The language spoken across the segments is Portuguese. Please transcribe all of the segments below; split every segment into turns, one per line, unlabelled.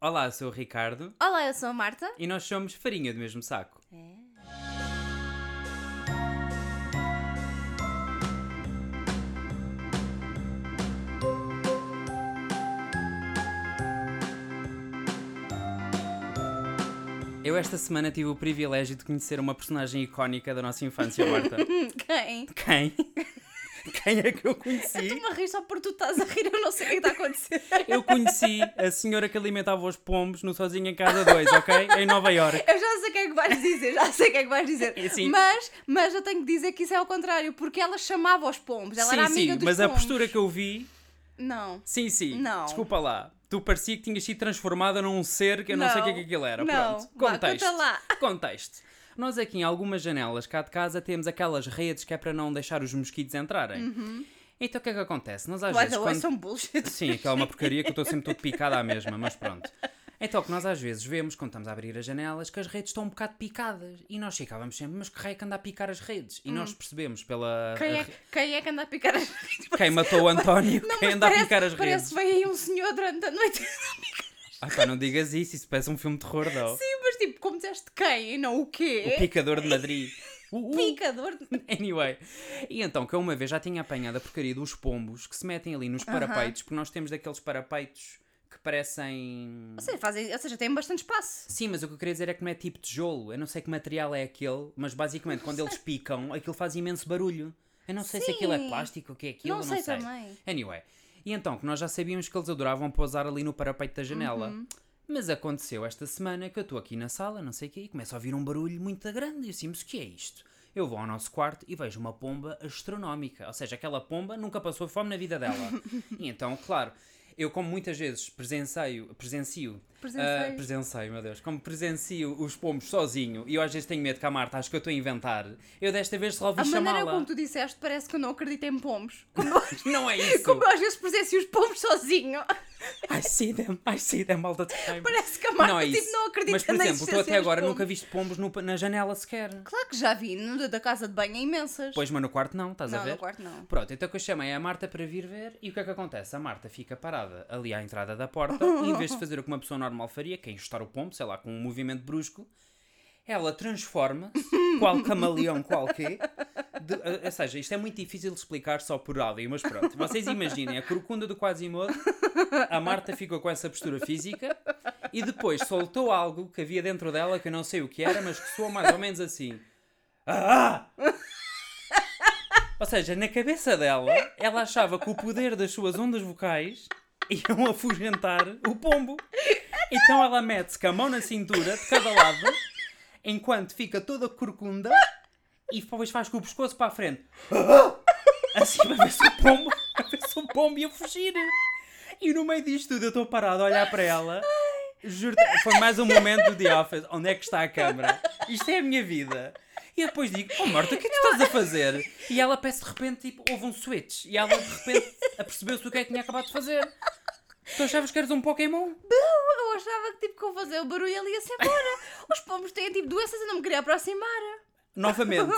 Olá, eu sou o Ricardo
Olá, eu sou a Marta.
e nós somos farinha do mesmo saco. Eu esta semana tive o privilégio de conhecer uma personagem icónica da nossa infância, Marta.
Quem?
Quem? Quem é que eu conheci?
Estou-me a rir só por tu estás a rir, eu não sei o que está a acontecer.
Eu conheci a senhora que alimentava os pombos no Sozinho em Casa 2, ok? Em Nova York.
Eu já sei o que é que vais dizer, já sei o que é que vais dizer.
E assim-
Mas, mas eu tenho que dizer que isso é ao contrário, porque ela chamava os pombos, ela
sim,
era amiga
sim,
dos
mas a
pombos.
postura que eu vi
Não.
Sim, sim.
Não.
Desculpa lá. Tu parecia que tinhas sido transformada num ser que eu não, sei o que é que aquilo era.
Não.
Pronto.
Vá,
Contexto.
conta lá.
Contexto. Nós aqui em algumas janelas cá de casa temos aquelas redes que é para não deixar os mosquitos entrarem. Então o que é que acontece? Nós às
Olha,
vezes
quando...
quando...
Uhum. são bullshit.
Sim, aquela é uma porcaria que eu estou sempre todo picada à mesma, mas pronto. Então, o que nós às vezes vemos, quando estamos a abrir as janelas, que as redes estão um bocado picadas. E nós ficávamos sempre, mas que raio é que anda a picar as redes? E nós percebemos pela...
Hum. Quem é, quem é que anda a picar as redes?
Quem matou o António,
Não,
quem
mas
anda a
parece-
picar as redes.
Parece que veio aí um senhor durante a noite.
Ah pá, não digas isso, isso parece um filme de terror, não.
Sim, mas tipo, como disseste quem e não o
O
quê?
Picador de Madrid. Uh, uh.
Picador.
Anyway. E então, que eu uma vez já tinha apanhado a porcaria dos pombos que se metem ali nos parapeitos, porque nós temos daqueles parapeitos que parecem...
Vocês fazem, ou seja, têm bastante espaço.
Sim, mas o que eu queria dizer é que não é tipo tijolo. Eu não sei que material é aquele, mas basicamente quando eles picam, aquilo faz imenso barulho. Eu não sei se aquilo é
Sim.
plástico, o que é aquilo, eu
Não sei também.
Anyway. E então, que nós já sabíamos que eles adoravam pousar ali no parapeito da janela.
Uhum.
Mas aconteceu esta semana que eu estou aqui na sala, não sei o quê, e começo a ouvir um barulho muito grande. E eu assim, mas o que é isto? Eu vou ao nosso quarto e vejo uma pomba astronómica. Ou seja, aquela pomba nunca passou fome na vida dela. e então, claro, eu como muitas vezes presencio, presencio, ah,
Presenciei.
presenciei, meu Deus, como presencio os pombos sozinho, e eu às vezes tenho medo que a Marta acho que eu estou a inventar, eu desta vez
A
resolvi
maneira como
chamá-la.
tu disseste parece que eu não acredito em pombos.
Não é isso!
Como eu às vezes presencio os pombos sozinho.
I see them, I see them all the time.
Parece que a Marta tipo, não acredita
é Mas, por
na
exemplo, tu
existência
até agora
dos
nunca
pombos.
viste pombos no- na janela sequer.
Claro que já vi, no, da casa de banho é imensas.
Pois, mas no quarto não, estás a
não,
ver?
no quarto não.
Pronto, então que eu chamei a Marta para vir ver e o que é que acontece? A Marta fica parada ali à entrada da porta e em vez de fazer o que uma pessoa normal faria, que é enxotar o pombo, sei lá, com um movimento brusco, ela transforma-se, qual camaleão qualquer, de, eh, ou seja, isto é muito difícil de explicar só por áudio, mas pronto, vocês imaginem a corcunda do Quasimodo, a Marta ficou com essa postura física e depois soltou algo que havia dentro dela que eu não sei o que era, mas que soou mais ou menos assim... Ah! Ou seja, na cabeça dela, ela achava que o poder das suas ondas vocais iam afugentar o pombo. Então ela mete-se com a mão na cintura de cada lado, enquanto fica toda corcunda e depois faz com o pescoço para a frente. Assim para ver se o pombo, para ver se o pombo ia fugir. E no meio disto tudo eu estou parado a olhar para ela. Juro, foi mais um momento do The Office. Onde é que está a câmara? Isto é a minha vida. E depois digo, oh Marta, o que é que tu estás a fazer? E ela parece de repente, tipo, houve um switch. E ela de repente apercebeu-se do que é que tinha acabado de fazer. Tu achavas que eras um Pokémon?
Eu achava que tipo que eu fazia o barulho ali ia-se embora. os pombos têm tipo doenças e não me queria aproximar.
Novamente,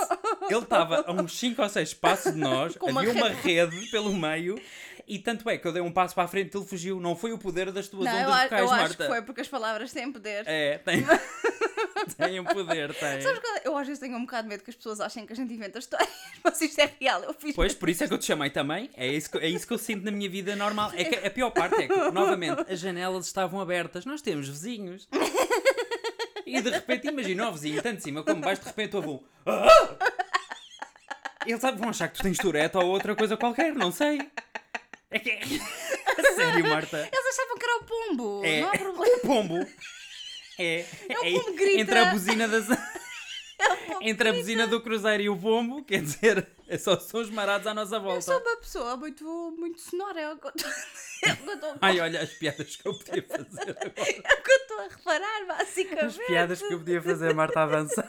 ele estava a uns 5 ou 6 passos de nós,
Com uma
havia uma rede pelo meio, e tanto é que eu dei um passo para a frente e ele fugiu. Não foi o poder das tuas
não, eu,
ondas
a-
vocais,
eu acho
Marta.
que foi porque as palavras têm poder.
É, tem, tem um poder, tem.
Sabes qual é? Eu às vezes tenho um bocado de medo que as pessoas achem que a gente inventa histórias, mas isto é real. Eu fiz
Pois, por isso é que eu te chamei também. É isso que, é isso que eu sinto na minha vida normal. É que a pior parte é que, novamente, as janelas estavam abertas. Nós temos vizinhos. E de repente, imagina o vizinho, tanto de cima como de baixo, de repente houve um. Eles sabe, vão achar que tu tens Tourette ou outra coisa qualquer, não sei. É que é. A Sério, Marta.
Eles achavam que era o pombo,
É.
não há problema.
O pombo. É.
É o pombo que grita. É um
Entre a buzina das. Entre a buzina do cruzeiro e o pombo, quer dizer, é só são os marados à nossa volta.
Eu sou uma pessoa muito, muito sonora, é o que eu estou- é o que eu estou
Ai, olha as piadas que eu podia fazer agora.
é o que eu estou a reparar, basicamente.
As piadas que eu podia fazer, Marta avança.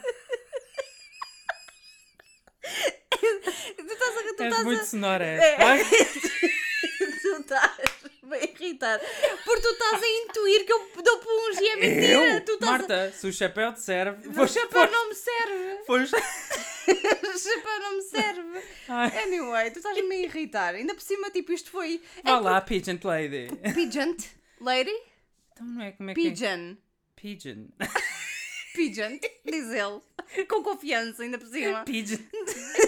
Tu estás a, tu
És
estás
muito
a-
sonora.
É.
Ai,
tu estás-me a irritar. Porque tu estás a intuir que eu dou por uns e é mentira. Tu
eu?
estás a-
Marta, se o chapéu te serve,
O
vou
chapéu não me serve.
Pois.
O chapéu não me serve.
Ai,
Anyway, tu estás-me a irritar. Ainda por cima, tipo, isto foi.
Vá lá, Pigeon Lady.
Pigeon É Lady?
Então não é como é que
Pigeon.
é? Pigeon.
Pigeon, diz ele. Com confiança, ainda por cima.
Pigeon.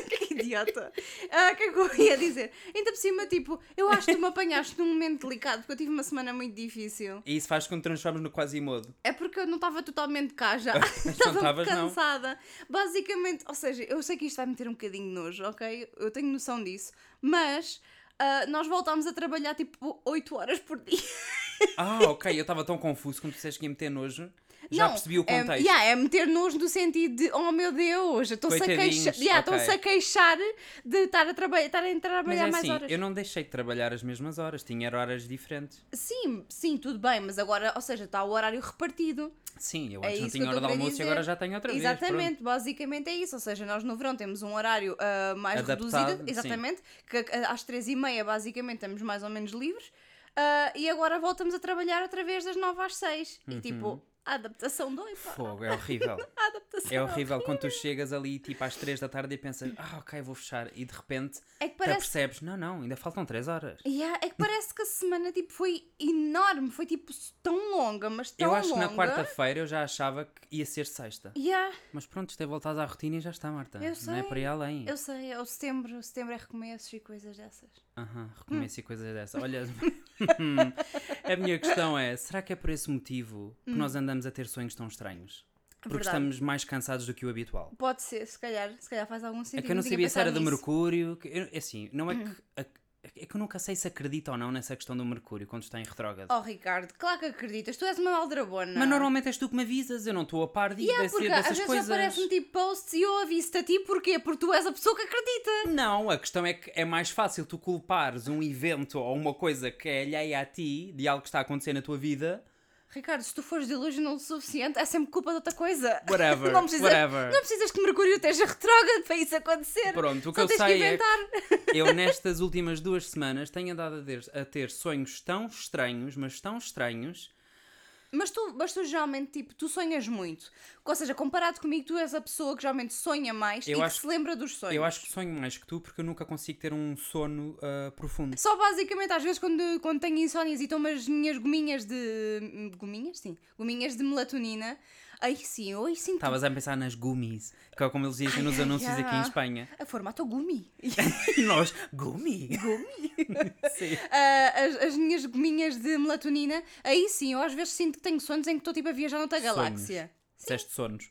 que idiota. Ah, o que é que eu ia dizer? Ainda por cima, tipo, eu acho que tu me apanhaste num momento delicado, porque eu tive uma semana muito difícil.
E isso faz com que transformes no Quasimodo.
É porque eu não estava totalmente cá já. Estava um
Então estavas, não.
cansada. Basicamente, ou seja, eu sei que isto vai me ter um bocadinho de nojo, ok? Eu tenho noção disso. Mas ah, nós voltámos a trabalhar tipo 8 horas por dia.
Ah, ok, eu estava tão confuso quando tu disseste que ia meter nojo. Já
Não,
percebi o contexto.
É, yeah, é meter nojo no sentido de, oh meu Deus, eu estou-se a,
Coitadinhos,
queixa- yeah,
ok.
estão-se a queixar de estar a, traba estar a entrar a
Mas
trabalhar
é
mais
assim,
horas.
eu não deixei de trabalhar as mesmas horas, tinha horas diferentes.
Sim, sim, tudo bem, mas agora, ou seja, está o horário repartido.
Sim, eu
É
antes não
isso que
tinha
eu
hora de
estou a
almoço
dizer.
e agora já tenho outra vez. pronto.
Exatamente, basicamente é isso. Ou seja, nós no verão temos um horário ah, mais
Adaptado,
reduzido.
sim.
Exatamente, que ah, às três e meia, basicamente, estamos mais ou menos livres. Ah, e agora voltamos a trabalhar outra vez das nove às seis.
Uhum.
E tipo, a adaptação dói, pá.
Fogo, é horrível.
A adaptação
É horrível quando tu chegas ali tipo às 3 da tarde e pensas, ah, ok, vou fechar. E de repente
É que
te
parece
apercebes, não, não, ainda faltam 3 horas.
Yeah, é que parece que a semana tipo, foi enorme, foi tipo tão longa, mas tão
eu acho
longa.
que na quarta-feira eu já achava que ia ser sexta.
Yeah,
Mas pronto, isto é voltado à rotina e já está, Marta.
Eu
Não é
sei,
para ir além.
eu sei, é o setembro, setembro é recomeços e coisas dessas.
Aham, recomeço
Hum.
e coisas dessa. Olha, a minha questão é: será que é por esse motivo que nós andamos a ter sonhos tão estranhos? Porque
Hum. Verdade.
estamos mais cansados do que o habitual.
Pode ser, se calhar, se calhar faz algum
É
sentido.
que eu não
tinha
sabia se era
pensado
do
Tipo, nisso.
Mercúrio. que- eu- assim, não é que. a- É que eu nunca sei se acredito ou não nessa questão do Mercúrio quando está em retrógrado.
Oh Ricardo, claro que acreditas, tu és uma aldrabona.
Mas normalmente és tu que me avisas, eu não estou a par de,
Yeah,
desse-
porque às
dessas
vezes
coisas.
aparecem tipo posts e eu aviso-te a ti, porquê? Porque tu és a pessoa que acredita.
Não, a questão é que é mais fácil tu culpares um evento ou uma coisa que é alheia a ti, de algo que está a acontecer na tua vida,
Ricardo, se tu fores delusional o suficiente, é sempre culpa de outra coisa.
whatever,
não, precisas,
whatever.
não precisas que Mercúrio esteja retrógrado para isso acontecer.
Pronto, o que
Só
eu
tens
sei
que
é
inventar.
que eu nestas últimas duas semanas tenho andado a ter, a ter sonhos tão estranhos, mas tão estranhos.
Mas tu, mas tu geralmente, tipo, tu sonhas muito. Ou seja, comparado comigo, tu és a pessoa que geralmente sonha mais
Eu
e
acho-
que se lembra dos sonhos.
Eu acho que sonho mais que tu porque eu nunca consigo ter um sono ah, profundo.
Só basicamente, às vezes, quando, quando tenho insónias e tomo as minhas gominhas de... Gominhas? Sim. Gominhas de melatonina. Aí sim, eu aí sinto...
Estavas a pensar nas gummies, que é como eles dizem nos anúncios aqui em
ai.
Espanha.
A formato gumi.
E nós, gumi? Sim.
Ah, as, as minhas gominhas de melatonina. Aí sim, eu às vezes sinto que tenho sonhos em que estou, tipo, a viajar noutra
Sonhos.
galáxia.
Disseste sonos.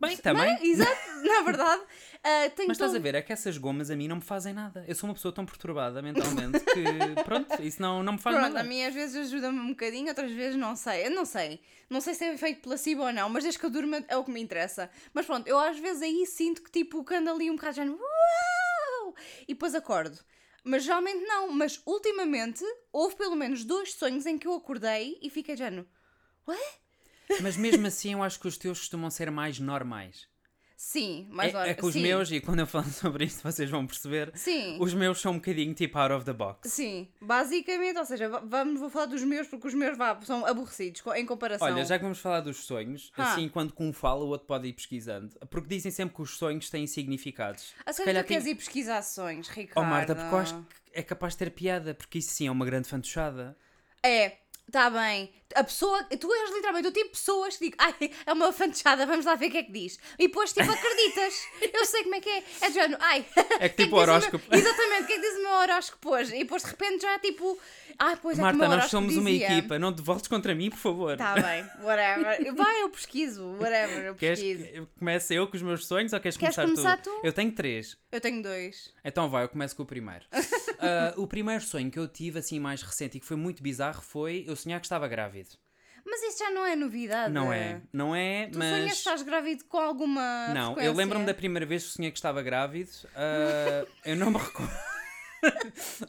Bem, também.
Mas, exato, na verdade. ah, tenho
Mas estás
todo-
a ver, é que essas gomas a mim não me fazem nada. Eu sou uma pessoa tão perturbada mentalmente que, pronto, isso não, não me faz
Pronto, a
nada.
mim às vezes ajuda-me um bocadinho, outras vezes não sei. Eu não sei. Não sei se é efeito placebo ou não, mas desde que eu durma é o que me interessa. Mas pronto, eu às vezes aí sinto que tipo que ando ali um bocado já uau! E depois acordo. Mas geralmente não. Mas ultimamente houve pelo menos dois sonhos em que eu acordei e fiquei já no.
Mas mesmo assim, eu acho que os teus costumam ser mais normais.
Sim, mais
é,
ou
é
menos.
que os
sim.
meus, e quando eu falo sobre isto vocês vão perceber,
Sim.
os meus são um bocadinho tipo out of the box.
Sim, basicamente, ou seja, va- vamos, vou falar dos meus porque os meus vá, são aborrecidos co- em comparação.
Olha, já que vamos falar dos sonhos,
Ah.
assim, quando que um fala, o outro pode ir pesquisando. Porque dizem sempre que os sonhos têm significados.
a
Se
sério, Ah, tu
calhar tem-
queres ir pesquisar sonhos,
Oh,
Ricardo?
Marta, porque eu acho que é capaz de ter piada, porque isso sim é uma grande fantochada.
É, tá bem. A pessoa, tu és literalmente o tipo de pessoas que digo, ai, é uma fantochada, vamos lá ver o que é que diz. E depois, tipo, acreditas. Eu sei como é que é. É de género, ai.
É que tipo
o
o
diz meu-
horóscopo.
exatamente, o que é que diz o meu horóscopo hoje? E depois, de repente, já é tipo, ai, pois é que o
Marta,
meu
nós
horóscopo
somos uma
dizia.
equipa, não te voltes contra mim, por favor.
Tá bem, whatever. Vai, eu pesquiso, whatever, eu
Queres
pesquiso.
que começa eu com os meus sonhos ou queres,
Queres
começar,
começar tu?
Eu tenho três.
Eu tenho dois.
Então vai, eu começo com o primeiro. Ah, o primeiro sonho que eu tive, assim, mais recente e que foi muito bizarro foi eu sonhar que estava grávido.
Mas isso já não é novidade.
Não é, não é,
Tu sonhas que
mas...
estás grávido com alguma
Não,
frequência?
eu lembro-me da primeira vez que sonhei que estava grávido. ah, eu não me recordo.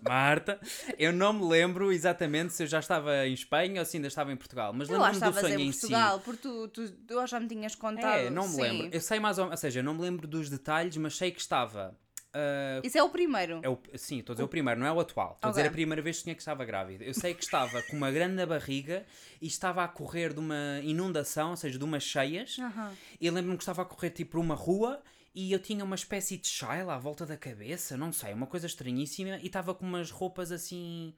Marta, eu não me lembro exatamente se eu já estava em Espanha ou se ainda estava em Portugal, mas
Eu
lembro-me
acho que
do
estavas
sonho
em
em
Portugal, porque tu, tu, tu já me tinhas
si.
contado.
É, não me
sim.
lembro. Eu sei mais ou ou seja, eu não me lembro dos detalhes, mas sei que estava. ah,
Isso é o primeiro.
é o, sim, estou a dizer o primeiro, não é o atual. Estou a dizer
Ok.
a primeira vez que sonhei que estava grávida. Eu sei que estava com uma grande barriga e estava a correr de uma inundação, ou seja, de umas cheias.
Aham.
E lembro-me que estava a correr tipo por uma rua e eu tinha uma espécie de shaila à volta da cabeça, não sei, uma coisa estranhíssima, e estava com umas roupas assim.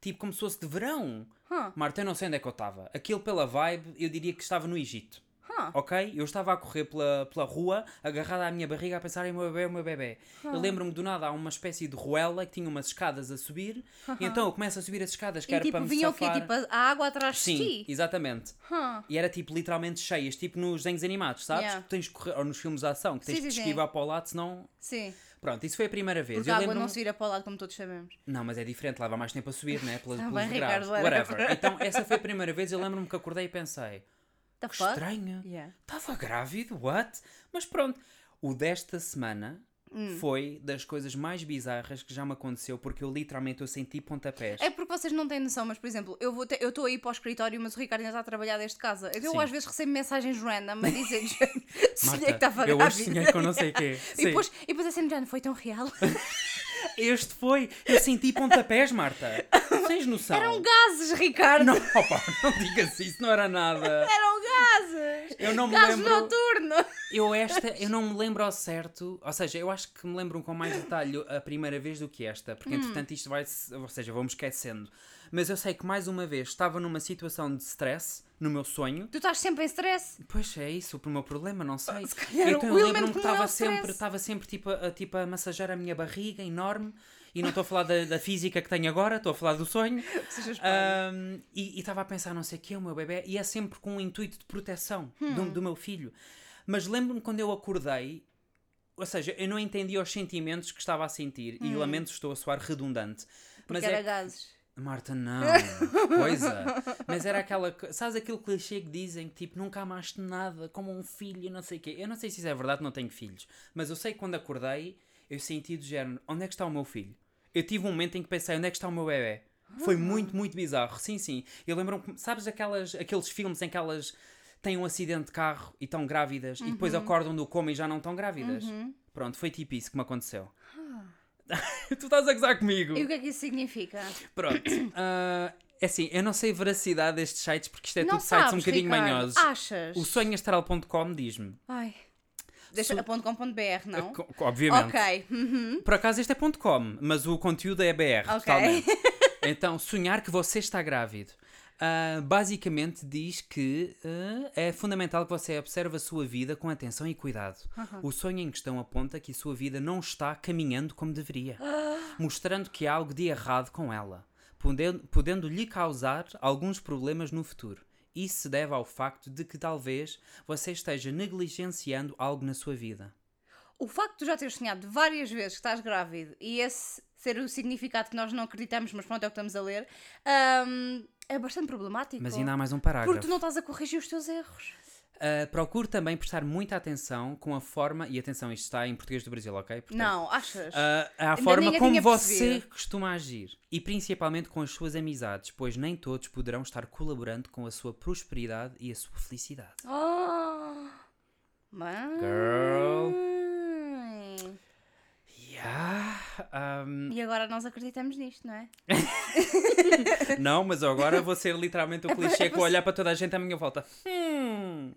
tipo como se fosse de verão.
Huh.
Marta, eu não sei onde é que eu estava. Aquilo pela vibe, eu diria que estava no Egito.
Huh.
Ok? Eu estava a correr pela, pela rua, agarrada à minha barriga, a pensar em meu bebê, o meu bebê.
Ah.
Eu lembro-me do nada, há uma espécie de ruela que tinha umas escadas a subir, e então eu começo a subir as escadas que
Ah. E
era
tipo,
para me
vinha o quê?
safar.
Tipo, a água atrás
Sim,
de ti?
exatamente.
Huh.
E era tipo literalmente cheias, tipo nos desenhos animados, sabes?
Yeah.
Que tens de correr, ou nos filmes de ação, que tens
Sim,
de
sim, sim.
esquivar para o lado, senão.
Sim.
Pronto, isso foi a primeira vez.
Porque
eu
a água
lembro-me-
não se vira para o lado, como todos sabemos.
Não, mas é diferente, leva mais tempo a subir, né? Pelas,
Tá
pelos
bem,
degraus.
Ricardo, whatever.
Whatever. Então, essa foi a primeira vez. Eu lembro-me que acordei e pensei:
The
que
fuck?
estranho,
Yeah.
estava grávido, what? Mas pronto, o desta semana
Hum.
foi das coisas mais bizarras que já me aconteceu, porque eu literalmente eu senti pontapés.
É porque vocês não têm noção, mas por exemplo, eu vou te- eu estou aí para o escritório, mas o Ricardo ainda está a trabalhar desde casa. Então
Sim.
eu às vezes recebo mensagens random a dizer sonhei é que estava
eu hoje
grávida.
sonhei com não sei o quê.
E
Sim.
depois, e depois é sempre, "Jane, foi tão real.
Este foi, eu senti pontapés, Marta. Tens noção?
Eram gases, Ricardo!
Não, opa, não digas isso, não era nada.
Eram gases!
Eu não me
gases
lembro.
noturnos!
Eu esta, eu não me lembro ao certo, ou seja, eu acho que me lembro com mais detalhe a primeira vez do que esta,
Hum.
porque entretanto isto vai, se- ou seja, vou-me esquecendo. Mas eu sei que mais uma vez estava numa situação de stress no meu sonho.
Tu estás sempre em stress?
Pois é isso, o meu problema, não sei.
Ah, se calhar
então
o
eu
elemento
lembro-me que
comum é o
estava
stress.
sempre, estava sempre tipo a, tipo a massagear a minha barriga enorme, e não estou a falar da, da física que tenho agora, estou a falar do sonho.
Sejas
Ah, Ahm, e e estava a pensar, não sei o que é o meu bebê, e é sempre com um intuito de proteção
Hum.
do, do meu filho. Mas lembro-me quando eu acordei, ou seja, eu não entendi os sentimentos que estava a sentir, e lamento se estou a soar redundante. mas
Hum. Porque era
é
gases.
Marta, não, coisa. Mas era aquela. co- Sabes aquele clichê que dizem que tipo nunca amaste nada, como um filho, não sei o quê. Eu não sei se isso é verdade, não tenho filhos. Mas eu sei que quando acordei, eu senti do género: onde é que está o meu filho? Eu tive um momento em que pensei: onde é que está o meu bebê? Foi muito, muito bizarro. Sim, sim. Eu lembro-me, sabes aquelas, aqueles filmes em que elas têm um acidente de carro e estão grávidas e depois acordam do coma e já não estão grávidas? Pronto, foi tipo isso que me aconteceu. tu estás a gozar comigo.
E o que é que isso significa?
Pronto. ah, é assim, eu não sei a veracidade destes sites porque isto é
não
tudo
sabes,
sites um bocadinho
Ricardo. Ah,
manhosos.
Achas?
O sonhoastral.com diz-me.
Ai. Deixa
Su-
a ponto com ponto BR, não?
Co- Obviamente.
Ok. Uhum.
Por acaso este é ponto .com, mas o conteúdo é BR,
Ok.
totalmente. Então, sonhar que você está grávido. Ah, basicamente diz que ah, é fundamental que você observe a sua vida com atenção e cuidado. O sonho em questão aponta que sua vida não está caminhando como deveria, mostrando que há algo de errado com ela, podendo, podendo lhe causar alguns problemas no futuro. Isso se deve ao facto de que talvez você esteja negligenciando algo na sua vida.
O facto de tu já teres sonhado várias vezes que estás grávido e esse ser o significado que nós não acreditamos, mas pronto, é o que estamos a ler, hum, é bastante problemático.
Mas ainda há mais um parágrafo.
Porque tu não estás a corrigir os teus erros.
Uh, procure também prestar muita atenção com a forma, e atenção, isto está em português do Brasil, ok? Portanto,
Não, achas?
uh, a
Ainda
forma
ninguém
como
tinha
você
percebido.
costuma agir e principalmente com as suas amizades, pois nem todos poderão estar colaborando com a sua prosperidade e a sua felicidade.
Oh. Mãe.
Girl. Yeah. Um,
Hum. E agora nós acreditamos nisto, não é?
não, mas agora vou ser literalmente o clichê que vou olhar para toda a gente à minha volta. Hum.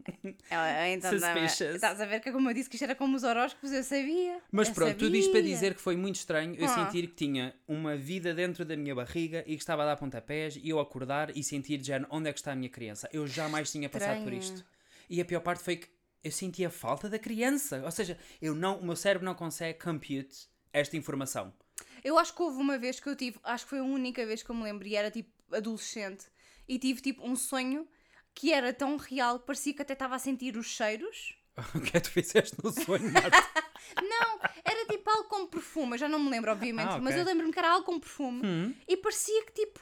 É, é, Então, não é?
Suspicious.
Estás a ver que, como eu disse, que isto era como os horóscopos, eu sabia.
Mas
Eu
pronto, tudo isto para
sabia.
dizer que foi muito estranho eu
Ah.
sentir que tinha uma vida dentro da minha barriga e que estava a dar pontapés e eu acordar e sentir de género onde é que está a minha criança. Eu jamais tinha passado por
Estranho.
isto. E a pior parte foi que eu sentia falta da criança. Ou seja, eu não, o meu cérebro não consegue compute esta informação.
Eu acho que houve uma vez que eu tive, acho que foi a única vez que eu me lembro, e era tipo adolescente, e tive tipo um sonho que era tão real que parecia que até estava a sentir os cheiros.
O que é que tu fizeste no sonho, Marta?
Não, era tipo algo com perfume, eu já não me lembro, obviamente,
Ah, ok. Hum.
mas eu lembro-me que era algo com perfume, e parecia que tipo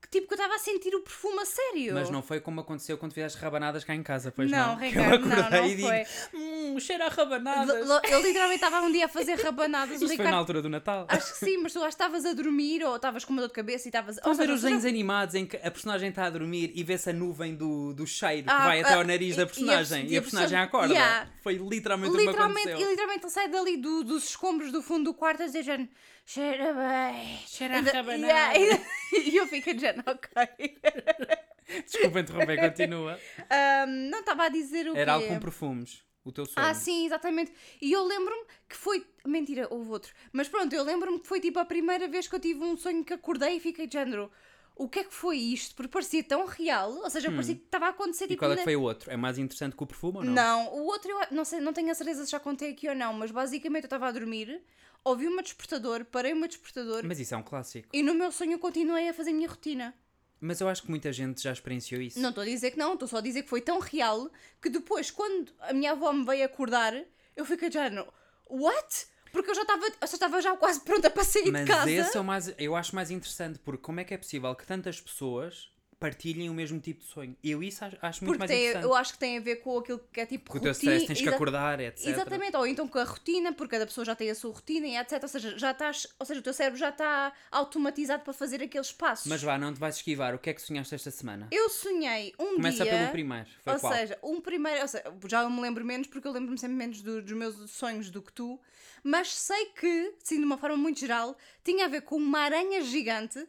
que, tipo, que eu estava a sentir o perfume a sério.
Mas não foi como aconteceu quando fizeste rabanadas cá em casa, pois não?
Não,
Que
Ricardo, não, não
e digo,
foi.
hum, cheira a
L-
rabanadas.
l- Eu literalmente estava um dia a fazer rabanadas, o
Isto foi na
Ricardo.
altura do Natal.
Acho que sim, mas tu acho que estavas a dormir ou estavas com uma dor de cabeça e estavas. ou
Estão a ver
seja,
os
tu já-
desenhos animados em que a personagem está a dormir e vê-se a nuvem do, do cheiro que
Ah,
vai até
ah,
ao nariz
e- e
da
a
personagem
perso-
e,
e
a
a
personagem
perso-
acorda.
Yeah.
Foi literalmente,
Literalmente,
o
e
que aconteceu.
literalmente ele sai dali do- dos escombros do fundo do quarto a dizer género, cheira bem.
Cheira é? a
Ainda-
rabanada.
Yeah, E eu fico de género, ok.
Desculpa interromper, continua.
Ahm, não estava a dizer o
Era
quê?
algo com perfumes, o teu sonho.
Ah, sim, exatamente. E eu lembro-me que foi. Mentira, houve outro. Mas pronto, eu lembro-me que foi tipo a primeira vez que eu tive um sonho que acordei e fiquei de género. o que é que foi isto? Porque parecia tão real, ou seja, parecia que estava a acontecer
Hum. E
tipo.
qual é
na-
que foi o outro? É mais interessante que o perfume ou não?
Não, o outro eu a- não sei, não tenho a certeza se já contei aqui ou não, mas basicamente eu estava a dormir, ouvi o meu despertador, parei o meu despertador
Mas isso é um clássico.
e no meu sonho eu continuei a fazer a minha rotina.
Mas eu acho que muita gente já experienciou isso.
Não estou a dizer que não, estou só a dizer que foi tão real que depois, quando a minha avó me veio acordar, eu fiquei já no What? Porque eu já estava, eu já estava já quase pronta para sair
Mas
de casa.
esse é o mais, eu acho mais interessante, porque como é que é possível que tantas pessoas partilhem o mesmo tipo de sonho? Eu isso acho, acho muito
Porque
mais
tem-
interessante.
eu acho que tem a ver com aquilo que é tipo.
Porque o teu
rotina-
stress tens que
exa-
acordar, etc.
Exatamente, ou então com a rotina, porque cada pessoa já tem a sua rotina e etc. Ou seja, já estás, ou seja, o teu cérebro já está automatizado para fazer aqueles passos.
Mas vá, não te vais esquivar. O que é que sonhaste esta semana?
eu sonhei um
Começa
dia.
pelo primeiro. Foi
ou
qual?
seja, um primeiro. Ou seja, já eu me lembro menos porque eu lembro-me sempre menos do- dos meus sonhos do que tu, mas sei que, sim, de uma forma muito geral, tinha a ver com uma aranha gigante.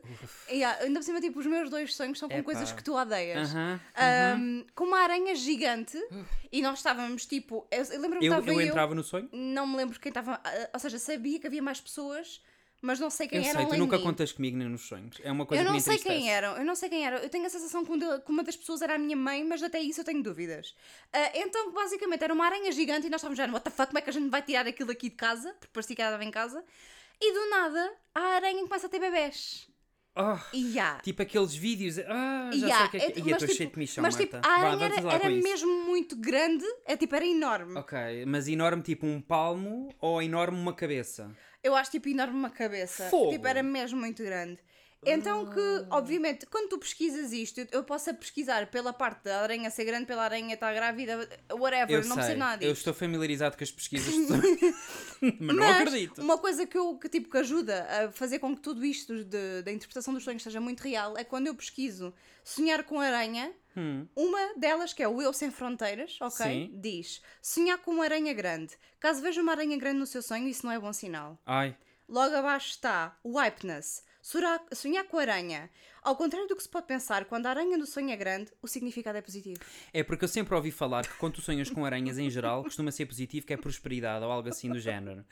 E, ah, ainda por cima, tipo, os meus dois sonhos são com
Epá.
coisas que tu odeias.
Aham, Uhum.
Ah, com uma aranha gigante e nós estávamos tipo. Eu, eu lembro-me que
Eu,
estava
eu
eu.
entrava no sonho?
Não me lembro quem estava. ah, Ou seja, sabia que havia mais pessoas, mas não sei quem
eu
era
sei, tu
além
nunca
de mim.
contas comigo nem nos sonhos. É uma coisa
Eu
que
não
me
sei quem
entristece.
eram, eu não sei quem eram. Eu tenho a sensação que um de- que uma das pessoas era a minha mãe, mas até isso eu tenho dúvidas. Ah, então, basicamente, era uma aranha gigante e nós estávamos já no what the fuck, como é que a gente vai tirar aquilo aqui de casa? Porque parecia que ela estava em casa. E do nada, a aranha começa a ter bebés.
Oh,
E há.
tipo aqueles vídeos. Ah, já sei
Yeah,
o que é que...
é-
Ih, eu
é. mas,
estou
tipo,
cheio de michão,
mas tipo,
Marta.
a
Vá,
aranha
vamos
era,
lá
era
com isso.
mesmo muito grande, é tipo, era enorme.
Ok, mas enorme tipo um palmo ou enorme uma cabeça?
Eu acho tipo enorme uma cabeça.
Fogo! Ah.
Tipo, era mesmo muito grande. Então que, obviamente, quando tu pesquisas isto, eu- eu posso a pesquisar pela parte da aranha ser grande, pela aranha estar grávida, whatever,
eu sei,
não percebo nada
eu
disso.
estou familiarizado com as pesquisas de sonhos. mas não
Mas um
acredito.
uma coisa que, eu, que, tipo, que ajuda a fazer com que tudo isto de- da interpretação dos sonhos seja muito real é quando eu pesquiso sonhar com aranha,
Hum.
uma delas, que é o Eu Sem Fronteiras, ok?
Sim.
Diz, sonhar com uma aranha grande. Caso veja uma aranha grande no seu sonho, isso não é bom sinal.
Ai,
Logo abaixo está o Hypeness, Sura- sonhar com a aranha. Ao contrário do que se pode pensar, quando a aranha do sonho é grande, o significado é positivo.
é porque eu sempre ouvi falar que quando tu sonhas com aranhas em geral costuma ser positivo, que é prosperidade ou algo assim do género.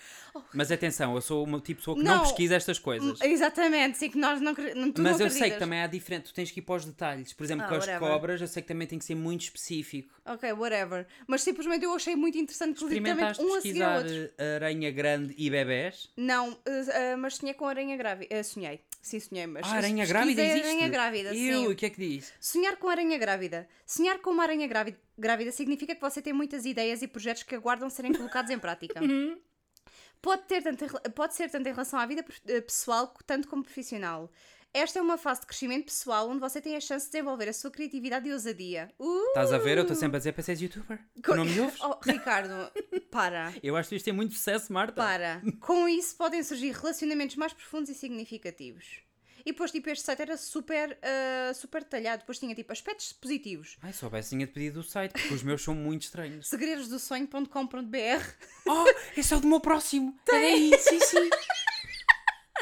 Mas atenção, eu sou uma tipo de pessoa que não,
Oh. Não.
pesquisa estas coisas.
Exatamente, sim, que nós não, cre- não tu
Mas
não
eu sei que
acreditas.
também há diferente, tu tens que ir para os detalhes. Por exemplo,
Ah,
com as
whatever.
cobras, eu sei que também tem que ser muito específico.
Ok, whatever. Mas simplesmente eu achei muito interessante que literalmente
Experimentaste
um a seguir ao
pesquisar
outro.
eh, aranha grande e bebés?
Não, eh, eh, mas sonhei com aranha grávida. Eh, sonhei. Sim, sonhei, mas.
Ah, aranha grávida
pesquisei
existe?
aranha grávida, sim.
Eu, o que é que diz?
Sonhar com aranha grávida. Sonhar com uma aranha grávi- grávida significa que você tem muitas ideias e projetos que aguardam serem colocados em prática. pode, ter tanto, em rela- pode ser tanto em relação à vida prof- eh, pessoal, co- tanto como profissional. Esta é uma fase de crescimento pessoal onde você tem a chance de desenvolver a sua criatividade e ousadia. Uh!
Estás a ver? Eu estou sempre a dizer para seres youtuber. Tu não me ouves?
Oh, Ricardo, para.
Eu acho que isto tem muito sucesso, Marta.
Para. Com isso podem surgir relacionamentos mais profundos e significativos. E depois, tipo, este site era super, eh, super detalhado. Depois tinha, tipo, aspectos positivos.
Ai, soubesse tinha-te pedido o site, porque os meus são muito estranhos.
segredosdosonho.com.br
Oh, esse é o do meu próximo. É daí, sim, sim.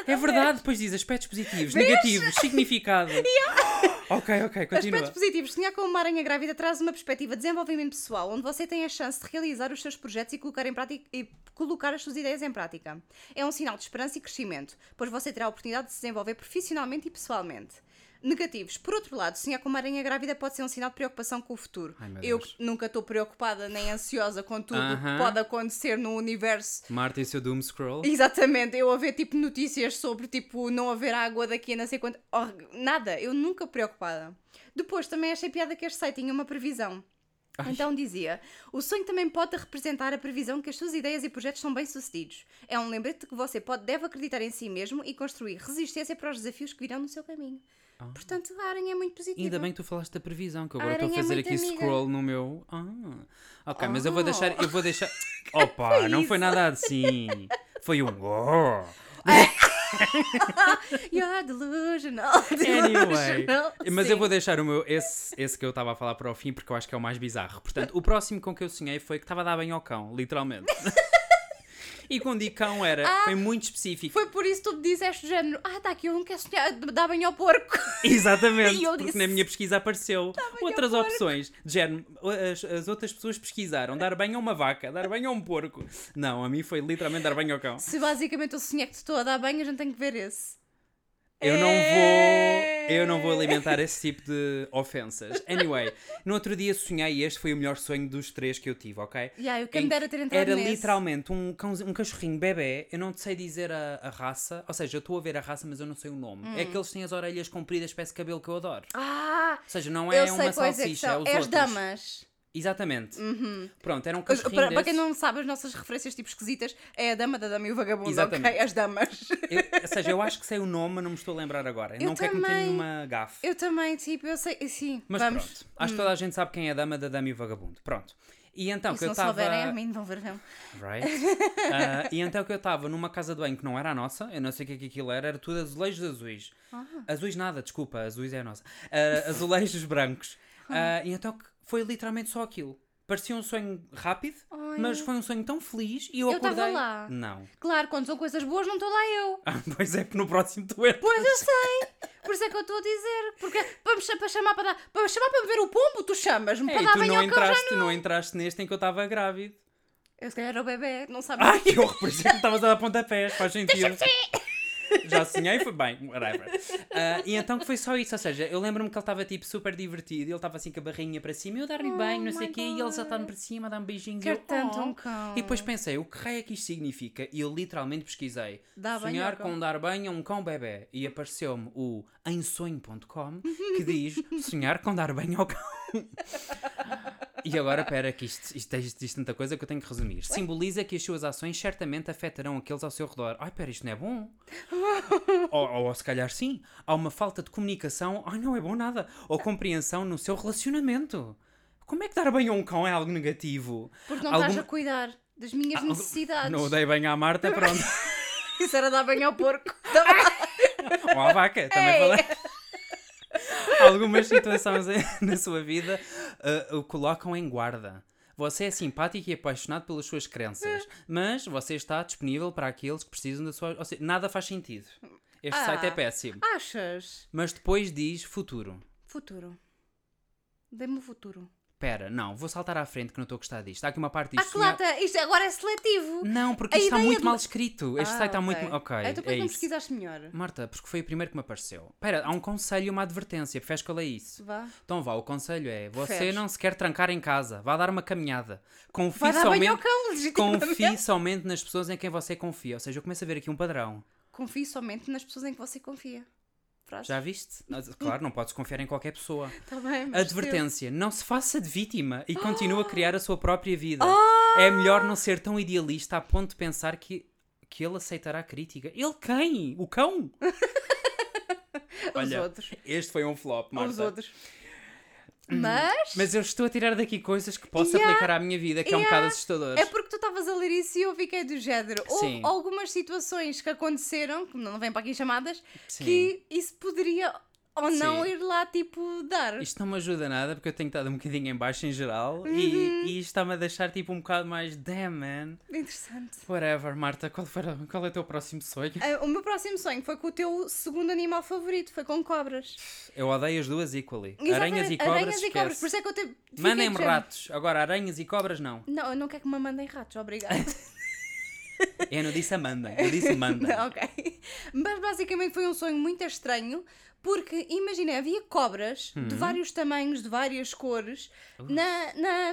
É verdade, depois diz aspectos positivos, negativos, significado. Ok, ok, continua.
Aspectos positivos. Sonhar com uma aranha grávida traz uma perspectiva de desenvolvimento pessoal, onde você tem a chance de realizar os seus projetos e colocar, em prática, e colocar as suas ideias em prática. É um sinal de esperança e crescimento, pois você terá a oportunidade de se desenvolver profissionalmente e pessoalmente. Negativos. Por outro lado, sonhar com uma aranha grávida pode ser um sinal de preocupação com o futuro.
Ai, meu
Eu
Deus.
nunca estou preocupada nem ansiosa com tudo o
Aham.
que pode acontecer no universo
Marta e o seu doom scroll.
Exatamente, eu a ver tipo notícias sobre tipo não haver água daqui a não sei quanto. Oh, nada, eu nunca preocupada. Depois também achei piada que este site tinha uma previsão. Então dizia: o sonho também pode representar a previsão que as suas ideias e projetos são bem-sucedidos. É um lembrete de que você pode, deve acreditar em si mesmo e construir resistência para os desafios que virão no seu caminho. Portanto, a aranha é muito positiva.
Ah. Ainda bem que tu falaste da previsão, que agora
A
estou a
aranha é
fazer
muito
aqui
amiga.
scroll no meu. Ah, ok, mas eu
Oh.
vou deixar. Eu vou deixar. Opa, não foi
isso?
nada assim. Foi um. Oh.
You're delusional.
Anyway,
delusional.
mas eu
Sim.
vou deixar o meu, esse, esse que eu estava a falar para o fim, porque eu acho que é o mais bizarro. Portanto, o próximo com que eu sonhei foi que estava a dar bem ao cão, literalmente. e quando digo cão era, foi muito específico.
Ah! Foi por isso que tu me disseste do género: ah, tá aqui, eu não quero sonhar, dá bem ao porco.
Exatamente,
E eu
porque
disse- "Tá
na minha pesquisa apareceu outras opções. De género, as, as outras pessoas pesquisaram dar bem a uma vaca, dar bem a um porco. Não, a mim foi literalmente dar bem ao cão.
Se basicamente eu sonhei que te estou a dar banho, a gente tem que ver esse.
Eu não
É.
vou, eu não vou alimentar esse tipo de ofensas. Anyway, no outro dia sonhei e este foi o melhor sonho dos três que eu tive, ok?
Yeah, eu quem me
Em-
dera ter entrado
Era
nesse.
literalmente um, cãozi- um cachorrinho bebê, eu não te sei dizer a, a raça, ou seja, eu estou a ver a raça, mas eu não sei o nome.
Hum.
É que eles têm as orelhas compridas, espécie de cabelo que eu adoro.
Ah,
Ou seja, não é
eu sei
uma
quais é que
salsicha, é
são.
os
É as
outros.
damas.
Exatamente. Pronto, era um
Os-
cachorrinho
Para, para quem
desse.
não sabe, as nossas referências tipo esquisitas é a dama da dama e o vagabundo,
Exatamente.
ok? As damas.
Eu- ou seja, eu acho que sei o nome, mas não me estou a lembrar agora.
Eu
não quero cometer
também.
nenhuma gafe.
Eu também, tipo, eu sei. Sim,
Mas
vamos. Hum.
pronto, acho que toda a gente sabe quem é a dama da dama e o vagabundo. Pronto. E então
E
que
se
eu
não
estava.
souberem, é a mim vão ver filme.
Right? Ah, e então que eu estava numa casa de banho que não era a nossa, eu não sei o que é que aquilo era, era tudo azulejos azuis.
Ah.
Azuis nada, desculpa, azuis é a nossa. Ah, azulejos brancos. Ah, e então que foi literalmente só aquilo. Parecia um sonho rápido,
Ai.
mas foi um sonho tão feliz e eu,
Eu tava
acordei.
lá.
Não.
Claro, quando são coisas boas, não estou lá eu.
Ah, pois é, que no próximo tu entras.
Pois eu sei. Por isso é que eu estou a dizer. Porque para, me, cha- para chamar para dar. Para me chamar para me ver o pombo, tu chamas-me. Para
Ei,
dar
É, tu
bem
não
ao cão já
entraste, não entraste neste em que eu estava grávido.
Eu se calhar era o bebê, não sabes.
Ai, eu represento, é estavas a dar pontapés, faz sentido. Já sonhei, foi bem, whatever. Ah, e então que foi só isso, ou seja, eu lembro-me que ele estava tipo super divertido, ele estava assim com a barrinha para cima, eu dar-lhe bem, não sei o
Oh my
quê, e ele já
God.
está-me para cima, dá-me beijinhos. e
Quero
eu,
tanto
"Oh".
um cão.
E depois pensei, o que raio é que isto significa? E eu literalmente pesquisei.
Dá banho
sonhar
ao cão.
com dar banho a um cão bebê. E apareceu-me o ensonho.com que diz sonhar com dar banho ao cão. E agora, pera, que isto, isto, isto diz tanta coisa que eu tenho que resumir. Simboliza que as suas ações certamente afetarão aqueles ao seu redor. Ai, pera, isto não é bom. ou, ou, se calhar sim. Há uma falta de comunicação. Ai, não é bom nada. Ou compreensão no seu relacionamento. Como é que dar banho a um cão é algo negativo?
Porque não
Alguma-
estás a cuidar das minhas necessidades.
Ah, não dei bem à Marta, pronto.
Isso era dar banho ao porco. Dá banho-
Ou à vaca, também
Ei!
falei. Algumas situações em- na sua vida ah, o colocam em guarda. Você é simpático e apaixonado pelas suas
É.
crenças, mas você está disponível para aqueles que precisam da sua. Ou seja, nada faz sentido. Este
Ah.
site é péssimo.
Achas?
Mas depois diz futuro.
Futuro. Dê-me o futuro.
Pera, não, vou saltar à frente que não estou a gostar disto. Há aqui uma parte
Ah,
disto.
que lata! Isto agora é seletivo.
Não, porque
A
isto está
ideia
muito
do-
mal escrito. Este
Ah,
site está muito. Ok,
Ah, Então por
é
que não
isso.
pesquisaste melhor?
Marta, porque foi o primeiro que me apareceu. Pera, há um conselho e uma advertência. Prefere que eu leia isso?
Vá.
Então vá, o conselho é: você
Fecha.
não se quer trancar em casa, vá dar uma caminhada. Confie,
Vai dar banho ao
somente,
cão, legitimamente.
confie somente nas pessoas em quem você confia. Ou seja, eu começo a ver aqui um padrão.
Confie somente nas pessoas em que você confia. Frase.
Já viste? Mas, Claro, não podes confiar em qualquer pessoa.
Tá bem, mas
Advertência: não se faça de vítima e continue a
Ah!
criar a sua própria vida. É melhor não ser tão idealista a ponto de pensar que, que ele aceitará a crítica. Ele quem? O cão?
teu- Os
Olha,
outros.
Este foi um flop, Marta. Uhum.
Os outros. Mas
Mas eu estou a tirar daqui coisas que posso
Yeah.
aplicar à minha vida, que é um
Yeah.
bocado assustador.
é porque tu estavas a ler isso e eu fiquei do género. Houve
Sim.
algumas situações que aconteceram, que não vêm para aqui chamadas,
Sim.
que isso poderia ou não
Sim.
ir lá, tipo, dar.
Isto não me ajuda nada porque eu tenho estado um bocadinho em baixo em geral
Uhum.
e, e isto está-me a deixar tipo um bocado mais damn man.
Interessante.
Whatever, Marta, qual, era- qual é o teu próximo sonho?
Ah, o meu próximo sonho foi com o teu segundo animal favorito, foi com cobras.
Eu odeio as duas equally. aranhas
Exatamente,
e cobras.
Aranhas e cobras,
esquece.
por isso é que eu te. fiquei
Mandem-me
do género.
ratos. Agora, aranhas e cobras, não.
Não, eu não quero que me mandem ratos, obrigada.
Eu não disse a mandem, eu disse mandem.
Não, ok. Mas basicamente foi um sonho muito estranho, porque imagina, havia cobras de
Uhum.
vários tamanhos, de várias cores, na, na,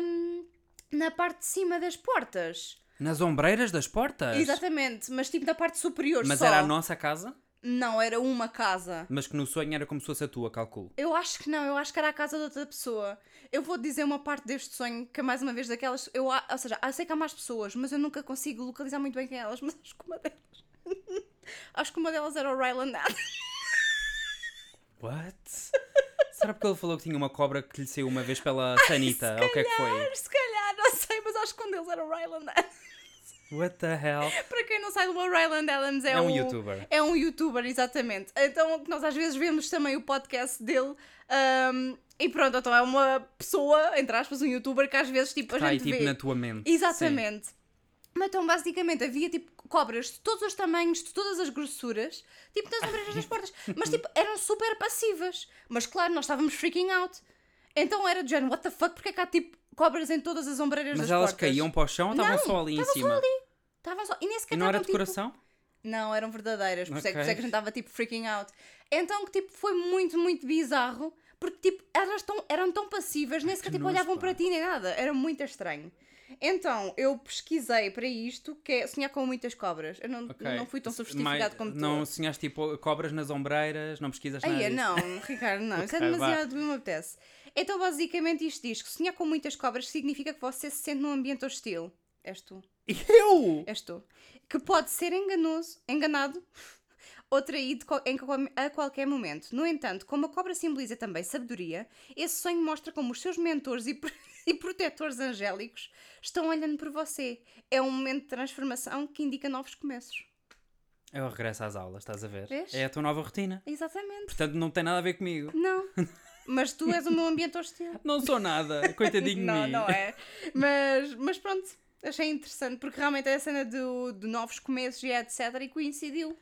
na parte de cima das portas.
Nas ombreiras das portas?
Exatamente, mas tipo da parte superior
Mas
só.
era a nossa casa?
Não, era uma casa.
Mas que no sonho era como se fosse a tua, calculo.
Eu acho que não, eu acho que era a casa de outra pessoa. Eu vou dizer uma parte deste sonho, que é mais uma vez daquelas. Eu, a- ou seja, eu sei que há mais pessoas, mas eu nunca consigo localizar muito bem quem é elas, mas acho que uma delas. acho que uma delas era o Ryland Adams.
What? Será porque ele falou que tinha uma cobra que lhe saiu uma vez pela sanita? Ou o que é que foi?
Se calhar, não sei, mas acho que um deles era o Ryland Adams.
What the hell?
Para quem não sabe, o Ryland Adams é,
É um
o-
youtuber.
É um youtuber, exatamente. Então, o que nós às vezes vemos também o podcast dele. ahm, e pronto, então é uma pessoa, entre aspas, um youtuber que às vezes tipo, a
Está aí
gente
tipo
vê.
na tua mente.
Exatamente. Mas então, basicamente, havia tipo cobras de todos os tamanhos, de todas as grossuras, tipo nas ombreiras das portas, mas tipo eram super passivas. Mas claro, nós estávamos freaking out. Então era de género, what the fuck, porque é que há tipo cobras em todas as ombreiras
Mas
das
elas
portas?
caíam para o chão ou estavam
Não,
só ali em
estavam
cima?
só ali. Estavam só. E nem sequer
E não era
estavam, tipo,
decoração?
Não, eram verdadeiras, por isso é que- por isso é que a
Ok.
gente estava tipo freaking out. Então que tipo foi muito, muito bizarro, porque tipo elas tão, eram tão passivas, nem sequer
que
tipo
nojo,
olhavam
pá.
para ti nem nada, era muito estranho. Então eu pesquisei para isto, que é sonhar com muitas cobras. Eu não,
Ok.
não fui tão
Mas
sofisticado como tu.
Não sonhaste tipo cobras nas ombreiras, não pesquisas nada.
Aí,
disso?
não, Ricardo, não, isso é
Ok, vá.
demasiado, não me apetece. Então, basicamente, isto diz que sonhar com muitas cobras significa que você se sente num ambiente hostil. És tu,
Eu!
és tu. Que pode ser enganoso, enganado ou traído co- em, qual- a qualquer momento. No entanto, como a cobra simboliza também sabedoria, esse sonho mostra como os seus mentores e, pro- e protetores angélicos estão olhando por você. É um momento de transformação que indica novos começos.
Eu regresso às aulas, estás a ver?
Vês?
É a tua nova rotina.
Exatamente.
Portanto, não tem nada a ver comigo.
Não. Mas tu és o meu ambiente hostil.
Não sou nada, coitadinho de
não,
mim.
não é. Mas, mas pronto, achei interessante porque realmente é a cena do, de novos começos e etc. E coincidiu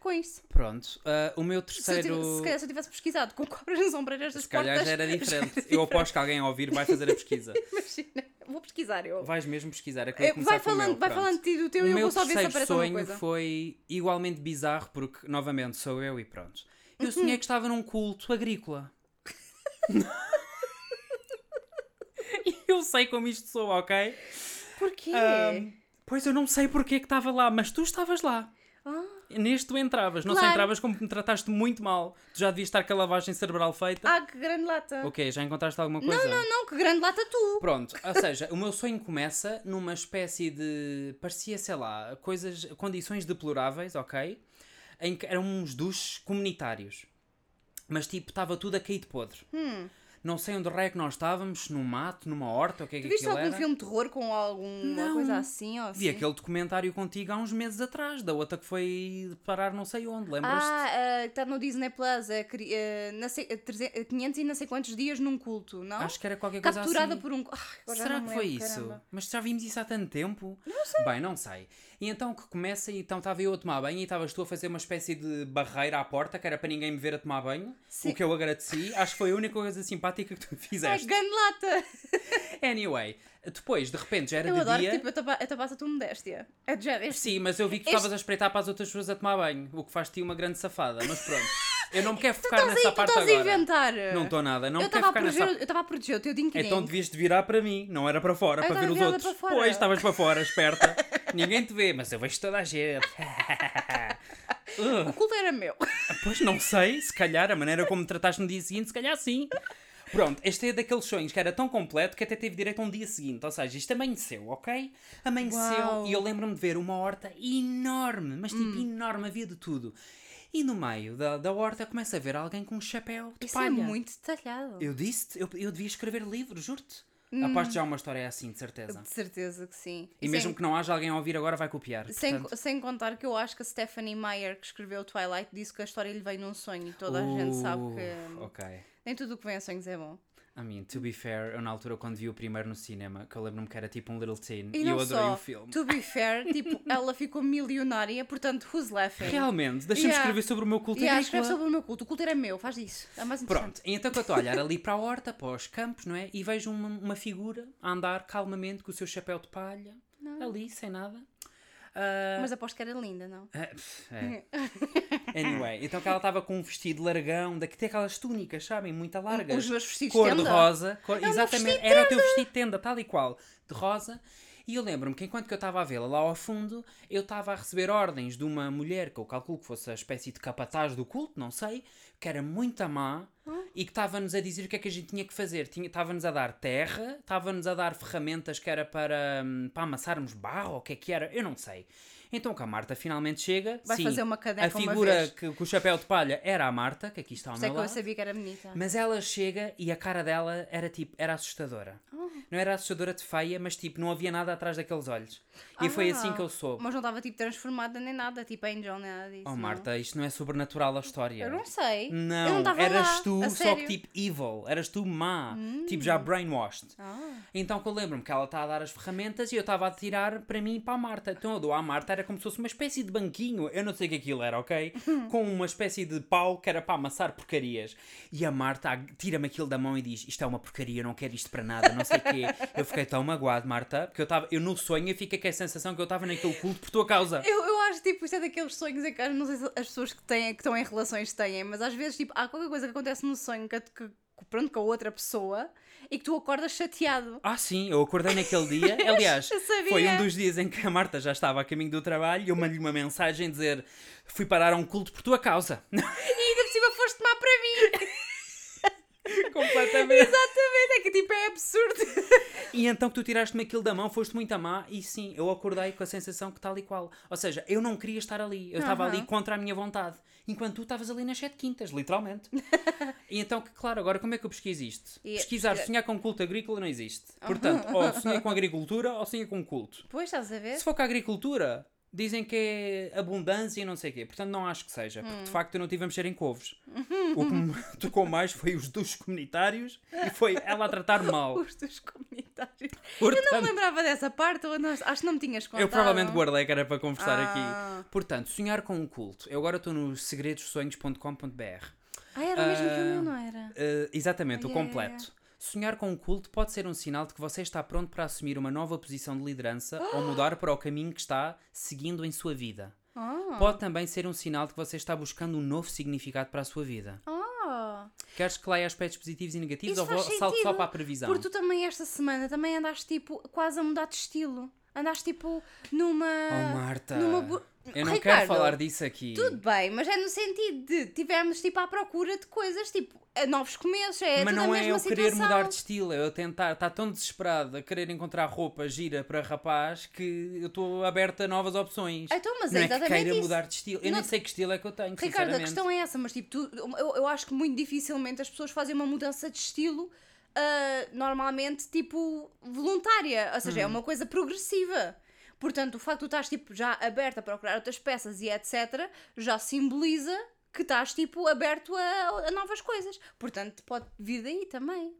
com isso.
Pronto, ah, o meu
Se, eu
terceiro.
tivesse, se calhar se eu tivesse pesquisado com cobras nas ombreiras das
Se calhar
portas.
já era diferente. Eu aposto que alguém a ouvir vai fazer a pesquisa.
Imagina, vou pesquisar eu.
Vais mesmo pesquisar. eu queria
Eh,
começar
vai
com o meu,
falando, vai
pronto.
falando de ti do teu
o
e eu
meu
vou só ver se
terceiro
aparece alguma
sonho
coisa.
foi igualmente bizarro, porque, novamente, sou eu e pronto.
Uhum.
Eu sonhei que estava num culto agrícola. E eu sei como isto soa, ok?
Porquê?
Ahm, pois eu não sei porque é que estava lá, mas tu estavas lá.
Ah.
Neste tu entravas. Não sei,
Claro.
entravas como me trataste muito mal. Tu já devias estar com a lavagem cerebral feita.
Ah, que grande lata.
Ok, já encontraste alguma coisa?
Não, não, que grande lata tu.
Pronto, ou seja, o meu sonho começa numa espécie de. parecia, sei lá, coisas. condições deploráveis, ok? Em que eram uns duches comunitários. Mas tipo, estava tudo a cair de podre.
Hum.
Não sei onde raio é que nós estávamos, num mato, numa horta, o que é que
Tu viste
aquilo
algum
era.
filme de terror com alguma
Não.
coisa assim? Ou assim?
Vi aquele documentário contigo há uns meses atrás, da outra que foi parar não sei onde, lembras-te?
Ah, está no Disney Plus, a cri- eh, não sei- eh, 300 eh, 500 e não sei quantos dias num culto, não?
Acho que era qualquer coisa
Capturada
assim.
por um. Ai, agora já
Será
não
que
me
foi
lembro,
isso?
caramba.
Mas já vimos isso há tanto tempo? Não sei. Bem, não sei. E então que começa, e então estava eu a tomar banho e estavas tu a fazer uma espécie de barreira à porta, que era para ninguém me ver a tomar banho,
Sim.
o que eu agradeci. Acho que foi a única coisa simpática que tu
Ai,
fizeste.
grande lata!
Anyway, depois, de repente, já era
Eu
de
adoro
dia.
que tipo, eu tapa- eu tapasse a tua modéstia. É de género. este-
Sim, mas eu vi que tu
Este-
estavas a espreitar para as outras pessoas a tomar banho, o que faz de ti uma grande safada, mas pronto. Eu não me quero focar
Estás
nessa
aí, tu
parte
estás a
agora.
inventar!
Não estou nada, não
eu
me quero
estava a,
focar nessa
proteger- eu estava a proteger o teu dinquinho.
Então devias te virar para mim, não era para fora,
Ah, eu
para ver
estava
os
virada
outros.
para fora.
Pois, estavas para fora, esperta. Ninguém te vê, mas eu vejo toda a gente.
O
Uh,
culto era meu.
pois não sei, se calhar, a maneira como me trataste no dia seguinte, se calhar sim. Pronto, este é daqueles sonhos que era tão completo que até teve direito a um dia seguinte. Ou seja, isto amanheceu, ok? Amanheceu
Uau. Hum.
e eu lembro-me de ver uma horta enorme, mas tipo enorme, havia de tudo. E no meio da, da horta começa a ver alguém com um chapéu de
Isso
palha.
é muito detalhado.
Eu disse-te, eu, eu devia escrever livro, juro-te.
Hum.
Aposto que já há uma história assim, de certeza.
De certeza que sim.
E
sem-
mesmo que não haja alguém a ouvir agora, vai copiar.
Sem,
portanto,
sem contar que eu acho que a Stephanie Meyer, que escreveu Twilight, disse que a história lhe veio num sonho e toda a gente sabe
uh,
que
Ok.
nem tudo o que vem a sonhos é bom.
I mean, to be fair, eu na altura quando vi o primeiro no cinema, que eu lembro-me que era tipo um little teen,
E,
e,
não
eu adorei
só,
o filme.
to be fair, tipo, ela ficou milionária, portanto, who's laughing?
Realmente, deixa-me
Yeah.
escrever sobre o meu culto
E yeah,
agrícola.
escreve sobre o meu culto, o culto era meu, faz isso, é mais interessante.
é Pronto, e então que eu estou a olhar ali para a horta, para os campos, não é? E vejo uma, uma figura a andar calmamente com o seu chapéu de palha, ali, sem nada. Ah,
Mas aposto que era linda, não?
É, pff, é. Anyway, então que ela estava com um vestido largão, daqui tem aquelas túnicas, sabem?
Um-
Muito largas.
Os meus vestidos
Cor de
tenda? É
rosa. cor-
o meu
exatamente,
vestido
era o teu vestido de tenda, tal e qual, de rosa. E eu lembro-me que enquanto que eu estava a vê-la lá ao fundo, eu estava a receber ordens de uma mulher, que eu calculo que fosse a espécie de capataz do culto, não sei, que era muito má
Ah.
e que estava-nos a dizer o que é que a gente tinha que fazer. Tinha- Estava-nos a dar terra, estava-nos a dar ferramentas que era para, hum, para amassarmos barro, ou o que é que era, eu não sei. Então que a Marta finalmente chega,
Vai
sim,
fazer uma
a
caneca uma
figura
vez.
que, com o chapéu de palha era a Marta, que aqui está ao meu
Sei é que eu
lado.
sabia que era bonita.
Mas ela chega e a cara dela era tipo, era assustadora.
Oh.
Não era assustadora de feia, mas tipo, não havia nada atrás daqueles olhos. E foi
Ah,
assim que eu soube.
Mas não estava, tipo, transformada nem nada, tipo, angel, nem nada disso.
Oh
não.
Marta, isto não é sobrenatural a história.
Eu não sei.
Não,
eu não estava
eras
lá,
tu,
a
só que
sério. Hum.
tipo evil, eras tu má, tipo já brainwashed.
Ah.
Então que eu lembro-me que ela está a dar as ferramentas e eu estava a tirar para mim e para a Marta. Então eu dou à Marta, era como se fosse uma espécie de banquinho, eu não sei o que aquilo era, ok?
Uhum.
Com uma espécie de pau que era para amassar porcarias. E a Marta ag- tira-me aquilo da mão e diz: Isto é uma porcaria, eu não quero isto para nada, não sei o quê. Eu fiquei tão magoado, Marta, porque eu estava, eu no sonho eu fiquei com a sensação que eu estava naquele culto por tua causa.
Eu, eu acho tipo, isto é daqueles sonhos em que eu não sei se as pessoas que, têm, que estão em relações têm, mas às vezes tipo, há qualquer coisa que acontece no sonho que, que, pronto, com a outra pessoa e que tu acordas chateado.
Ah, sim, eu acordei naquele dia. Aliás,
Eu sabia.
foi um dos dias em que a Marta já estava a caminho do trabalho e eu mandei-lhe uma mensagem dizer: Fui parar a um culto por tua causa.
E ainda por cima foste má para mim.
Completamente.
Exatamente, é que tipo é absurdo.
E então que tu tiraste-me aquilo da mão, foste muito a má, e sim, eu acordei com a sensação que tal e qual. Ou seja, eu não queria estar ali, eu estava
Aham.
ali contra a minha vontade. Enquanto tu estavas ali nas sete quintas, literalmente. e então, que claro, agora como é que eu pesquiso isto?
E- é-
Pesquisar, sonhar com culto agrícola não existe. Portanto, ou sonhei com agricultura ou sonhei com culto.
Pois estás a ver?
Se for com a agricultura, dizem que é abundância e não sei o quê. Portanto, não acho que seja, porque
Hum.
de facto eu não tive a mexer em couves. O que me tocou mais foi os dos comunitários e foi ela a tratar mal.
Os teus comunitários. Eu não me
Portanto,
lembrava dessa parte, ou não- acho que não me tinhas contado.
eu provavelmente guardei que era para conversar
Ah.
aqui. Portanto, sonhar com um culto. Eu agora estou no segredosonhos.com.br.
Ah, era o mesmo que o
Ah.
meu, não era?
Uh, exatamente,
Ah,
o
yeah,
completo.
yeah,
Sonhar com um culto pode ser um sinal de que você está pronto para assumir uma nova posição de liderança ou mudar para o caminho que está seguindo em sua vida.
Ah.
Pode também ser um sinal de que você está buscando um novo significado para a sua vida.
Ah.
Queres que leia aspectos positivos e negativos
Isso
ou vou,
faz
salto só
sentido,
para a previsão?
Porque tu também esta semana também andaste tipo quase a mudar de estilo. Andaste tipo numa.
Oh, Marta.
numa bu-
Eu não
Ricardo,
quero falar disso aqui.
Tudo bem, mas é no sentido de tivemos tipo à procura de coisas, tipo, a novos começos, é
Mas
tudo
não
a
é
mesma
eu querer
situação.
mudar de estilo, é eu tentar, está tão desesperado a querer encontrar roupa gira para rapaz que eu estou aberta a novas opções.
Então, mas
não
é
é que
exatamente
queira
isso.
mudar de estilo. Eu
Não-
nem sei que estilo é que eu tenho,
Ricardo, a
sinceramente.
questão é essa, mas tipo, tu, eu, eu acho que muito dificilmente as pessoas fazem uma mudança de estilo ah, normalmente tipo voluntária, ou
Hum.
seja, é uma coisa progressiva. Portanto, o facto de tu estás tipo, já aberto a procurar outras peças e etc., já simboliza que estás tipo aberto a, a novas coisas. Portanto, pode vir daí também.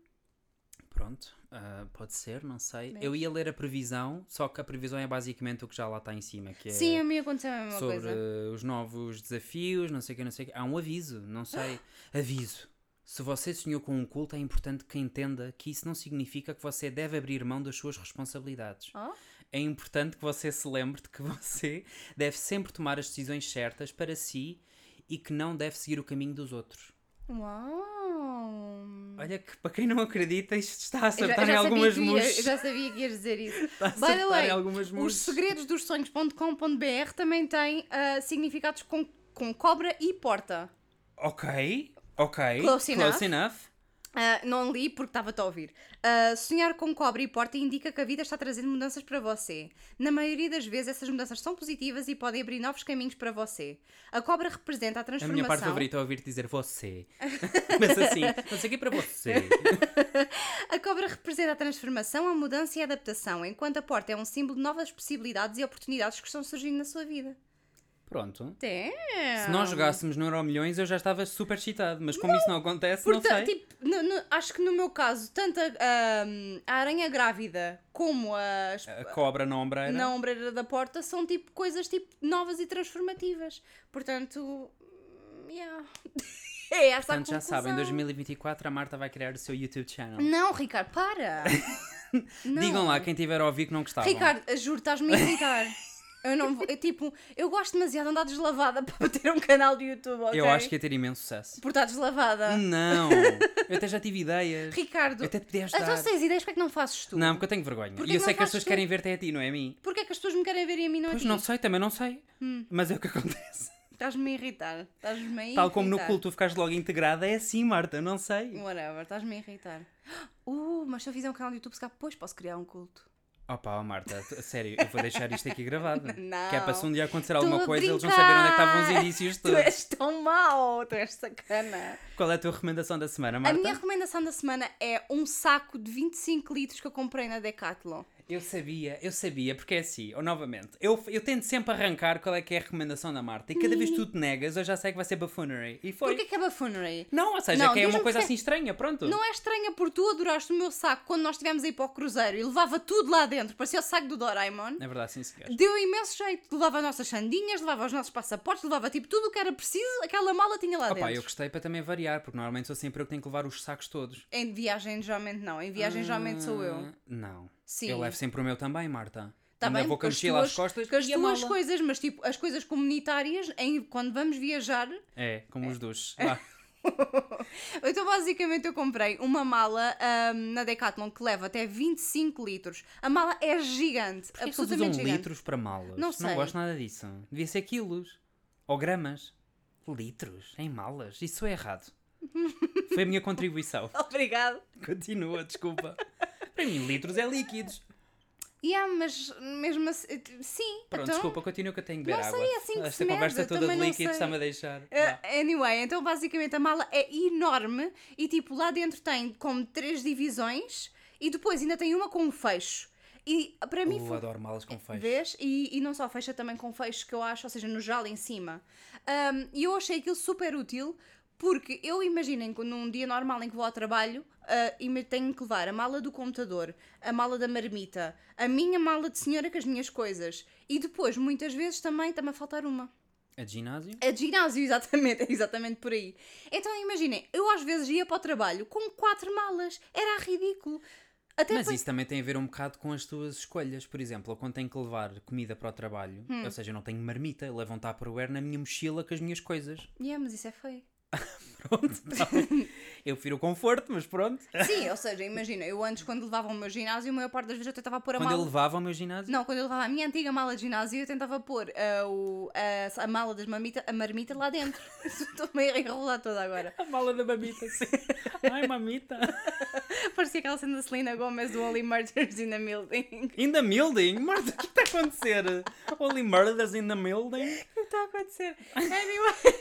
Pronto, ah, pode ser, não sei. Eu ia ler a previsão, só que a previsão é basicamente o que já lá está em cima, que é...
Sim, a mim aconteceu a mesma
sobre
coisa.
uh, os novos desafios, não sei o que, não sei o que. Há um aviso, não sei. aviso. Se você sonhou com um culto, é importante que entenda que isso não significa que você deve abrir mão das suas responsabilidades.
Oh?
É importante que você se lembre de que você deve sempre tomar as decisões certas para si e que não deve seguir o caminho dos outros.
Uau!
Olha que, para quem não acredita, isto está a
Eu já-
acertar
eu já
em
sabia
algumas
que ia-
murchas.
Eu já sabia que ias dizer isso.
Está a
By the
acertar
way,
em algumas
Os
murchas.
segredos dos sonhos.com.br também têm ah, significados com, com cobra e porta.
Ok, ok.
Close enough.
enough.
Ah, não li porque estava-te a ouvir. Ah, sonhar com cobra e porta indica que a vida está trazendo mudanças para você. Na maioria das vezes, essas mudanças são positivas e podem abrir novos caminhos para você. A cobra representa a
A
transformação.
minha parte favorita é ouvir-te dizer você. Mas assim, não sei o que é para você.
A cobra representa a transformação, a mudança e a adaptação, enquanto a porta é um símbolo de novas possibilidades e oportunidades que estão surgindo na sua vida.
Pronto.
Tem.
Se nós jogássemos no Euro Milhões, eu já estava super excitado. Mas como isso não acontece, não sei.
Portanto, tipo, no- no- acho que no meu caso, tanto a, ahm, a aranha grávida como a, esp-
A cobra na ombreira.
na ombreira da porta são tipo coisas tipo novas e transformativas. Portanto, yeah. é essa
Portanto,
a
já
conclusão.
sabem, em 2024 a Marta vai criar o seu YouTube channel.
Não, Ricardo, para! Hum,
Tá
Não.
Digam lá, quem tiver a ouvir que não gostava.
Ricardo, juro, estás-me a irritar. Eu não vou, eu, tipo, eu gosto demasiado de andar deslavada para ter um canal de YouTube, ok?
Eu acho que ia ter imenso sucesso.
Por estar deslavada.
Não! Eu até já tive ideias.
Ricardo,
Eu até te podia
então
ajudar.
se tens ideias, porque é que não fazes tu?
Não, porque eu tenho vergonha.
Porquê
e eu
que
sei
não
que as
fazes
pessoas
tu?
querem ver-te é a ti, não é a mim.
Porquê é que as pessoas me querem ver e a mim não a
Pois
ti? Hum.
não sei, também não sei. Mas é o que acontece.
Estás-me a irritar. Estás-me a irritar.
Tal como no culto tu ficaste logo integrada, é assim, Marta, não sei.
Whatever, estás-me a irritar. Uh, mas se eu fizer um canal de YouTube, se calhar depois posso criar um culto.
Opa, oh Marta, tu- a sério, eu vou deixar isto aqui gravado.
Não.
Que é para se um dia acontecer
Tô
alguma
a
coisa, eles vão
brincar.
saber onde é que estavam os indícios
Tu
todos.
és tão mau, tu és sacana.
Qual é a tua recomendação da semana,
A
Marta?
minha recomendação da semana é um saco de 25 litros que eu comprei na Decathlon.
Eu sabia, eu sabia, porque é assim, ou novamente, eu, eu tento sempre arrancar qual é que é a recomendação da Marta e cada vez que tu te negas, eu já sei que vai ser buffoonery. E foi.
Porquê que é buffoonery?
Não, ou seja,
Não,
que é uma
diz-me
coisa
porque-
assim estranha, pronto.
Não é estranha por tu adoraste o meu saco quando nós estivemos aí para o cruzeiro e levava tudo lá dentro, parecia o saco do Doraemon.
É verdade, sim, senhor.
Deu imenso jeito, levava as nossas sandinhas, levava os nossos passaportes, levava tipo tudo o que era preciso, aquela mala tinha lá
Opa,
dentro.
eu gostei para também variar, porque normalmente sou sempre eu que tenho que levar os sacos todos.
Em viagem geralmente não, em viagem geralmente sou eu.
Ah, Não.
Sim.
Eu levo sempre o meu também, Marta.
Tá
Ainda
bem,
vou com a
com as
mochila
tuas-
às costas
com as
e a
tuas
mala.
coisas, mas tipo, as coisas comunitárias, em, quando vamos viajar,
É, como os dos. Vá.
Então, basicamente, eu comprei uma mala ahm, na Decathlon que leva até 25 litros. A mala é gigante,
Porquê que um eles usam
absolutamente gigante.
litros para malas?
Não sei.
gosto nada disso. Devia ser quilos. Ou gramas. Litros em malas. Isso é errado. Foi a minha contribuição.
Obrigado.
Continua, desculpa. Para mim, litros é líquidos.
Yeah, mas mesmo assim. eh, Sim,
Pronto,
então...
desculpa, continua que eu tenho que beber
não
água.
sei, é assim que
Esta
se mede,
conversa toda
também
de
não
líquidos
sei.
está-me a deixar. Vá.
Eh, anyway, então basicamente a mala é enorme e tipo lá dentro tem como três divisões e depois ainda tem uma com um fecho. E para mim
Uh,
foi.
adoro malas com fecho.
Vês? E, e não só fecha também com fecho que eu acho, ou seja, no jalo em cima. Ahm, E eu achei aquilo super útil porque eu imaginem que num dia normal em que vou ao trabalho ah, e me tenho que levar a mala do computador, a mala da marmita, a minha mala de senhora com as minhas coisas e depois muitas vezes também está-me a faltar uma.
A de ginásio?
A de ginásio, exatamente, é exatamente por aí. Então imaginem, eu às vezes ia para o trabalho com quatro malas, era ridículo. Até
Mas
depois-
isso também tem a ver um bocado com as tuas escolhas. Por exemplo, eu quando tenho que levar comida para o trabalho,
Hum.
ou seja, eu não tenho marmita, eu levo um tupperware na minha mochila com as minhas coisas.
Yeah, mas isso é feio.
Pronto, tá bem. eu prefiro o conforto, mas pronto.
Sim, ou seja, imagina, eu antes quando levava o meu ginásio, a maior parte das vezes eu tentava pôr a
Quando eu
mala.
levava ao meu ginásio,
Não, quando eu levava a minha antiga mala de ginásio, eu tentava pôr ah, o- a, a mala das mamita, a marmita lá dentro. Estou meio a enrolar toda agora.
a mala da mamita, sim. Ai, mamita.
Parecia aquela cena da Selena Gomez do Only Murders in the Building.
In the building? Marta, o que está a acontecer? Only murders in the building?
O que está a acontecer? Anyway.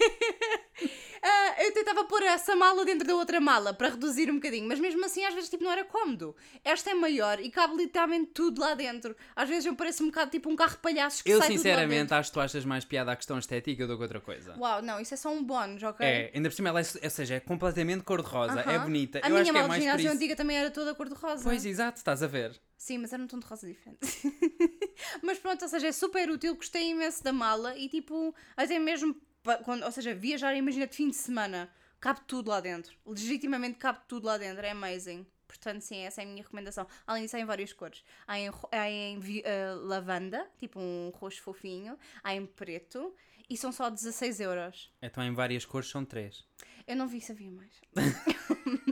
Ah, eu tentava pôr essa mala dentro da outra mala para reduzir um bocadinho, mas mesmo assim às vezes tipo, não era cómodo. Esta é maior e cabe literalmente tudo lá dentro. Às vezes eu pareço um bocado tipo um carro de palhaços que
Eu,
sai tudo lá dentro.
sinceramente, acho que tu achas mais piada à questão estética do que outra coisa.
Uau, não, isso é só um bónus, ok?
É, ainda por cima, ela é, ou seja, é completamente cor-de-rosa, é
Aham.
bonita.
A
eu
minha
acho que é
mala de
mais por
ginásio
isso.
antiga é? também era toda cor de rosa.
Pois, é. exato, estás a ver.
Sim, mas era um tom de rosa diferente. mas pronto, ou seja, é super útil, gostei imenso da mala e tipo, até mesmo, pa- quando, ou seja, viajar, imagina de fim de semana, cabe tudo lá dentro. Legitimamente cabe tudo lá dentro, é amazing. Portanto, sim, essa é a minha recomendação. Além disso, há em várias cores. Há em, ro- há em vi- eh, lavanda, tipo um roxo fofinho, há em preto e são só 16 euros.
Então, em várias cores, são três.
Eu não vi se havia mais.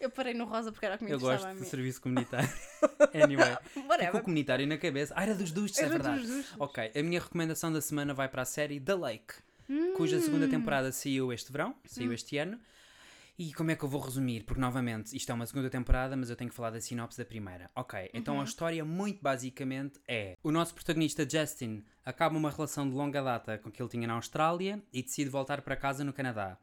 eu parei no rosa porque era o que me
Eu gosto
interessava a
de É
mim.
serviço comunitário. anyway. Ficou
Whatever.
comunitário na cabeça. Ah, era dos duchos, é
Era dos
verdade.
duchos.
Ok, a minha recomendação da semana vai para a série The Lake, cuja
Hum.
segunda temporada saiu este verão, saiu este ano. E como é que eu vou resumir? Porque, novamente, isto é uma segunda temporada, mas eu tenho que falar da sinopse da primeira. Ok, então
Uhum.
a história, muito basicamente, é... O nosso protagonista, Justin, acaba uma relação de longa data com que ele tinha na Austrália e decide voltar para casa no Canadá.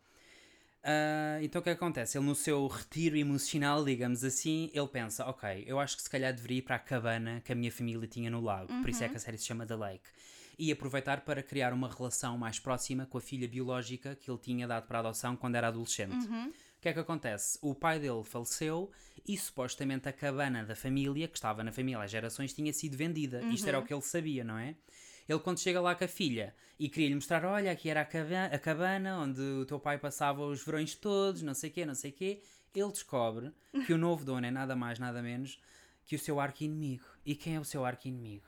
Ah, então o que acontece? Ele no seu retiro emocional, digamos assim, ele pensa, ok, eu acho que se calhar deveria ir para a cabana que a minha família tinha no lago, por isso é que a série se chama The Lake, e aproveitar para criar uma relação mais próxima com a filha biológica que ele tinha dado para adoção quando era adolescente. O que é que acontece? O pai dele faleceu e supostamente a cabana da família, que estava na família há gerações, tinha sido vendida. Isto era o que ele sabia, não é? Ele quando chega lá com a filha e queria-lhe mostrar, olha, aqui era a cabana, a cabana onde o teu pai passava os verões todos, não sei quê, não sei quê, ele descobre que o novo dono é nada mais, nada menos que o seu arqui-inimigo. E quem é o seu arqui-inimigo?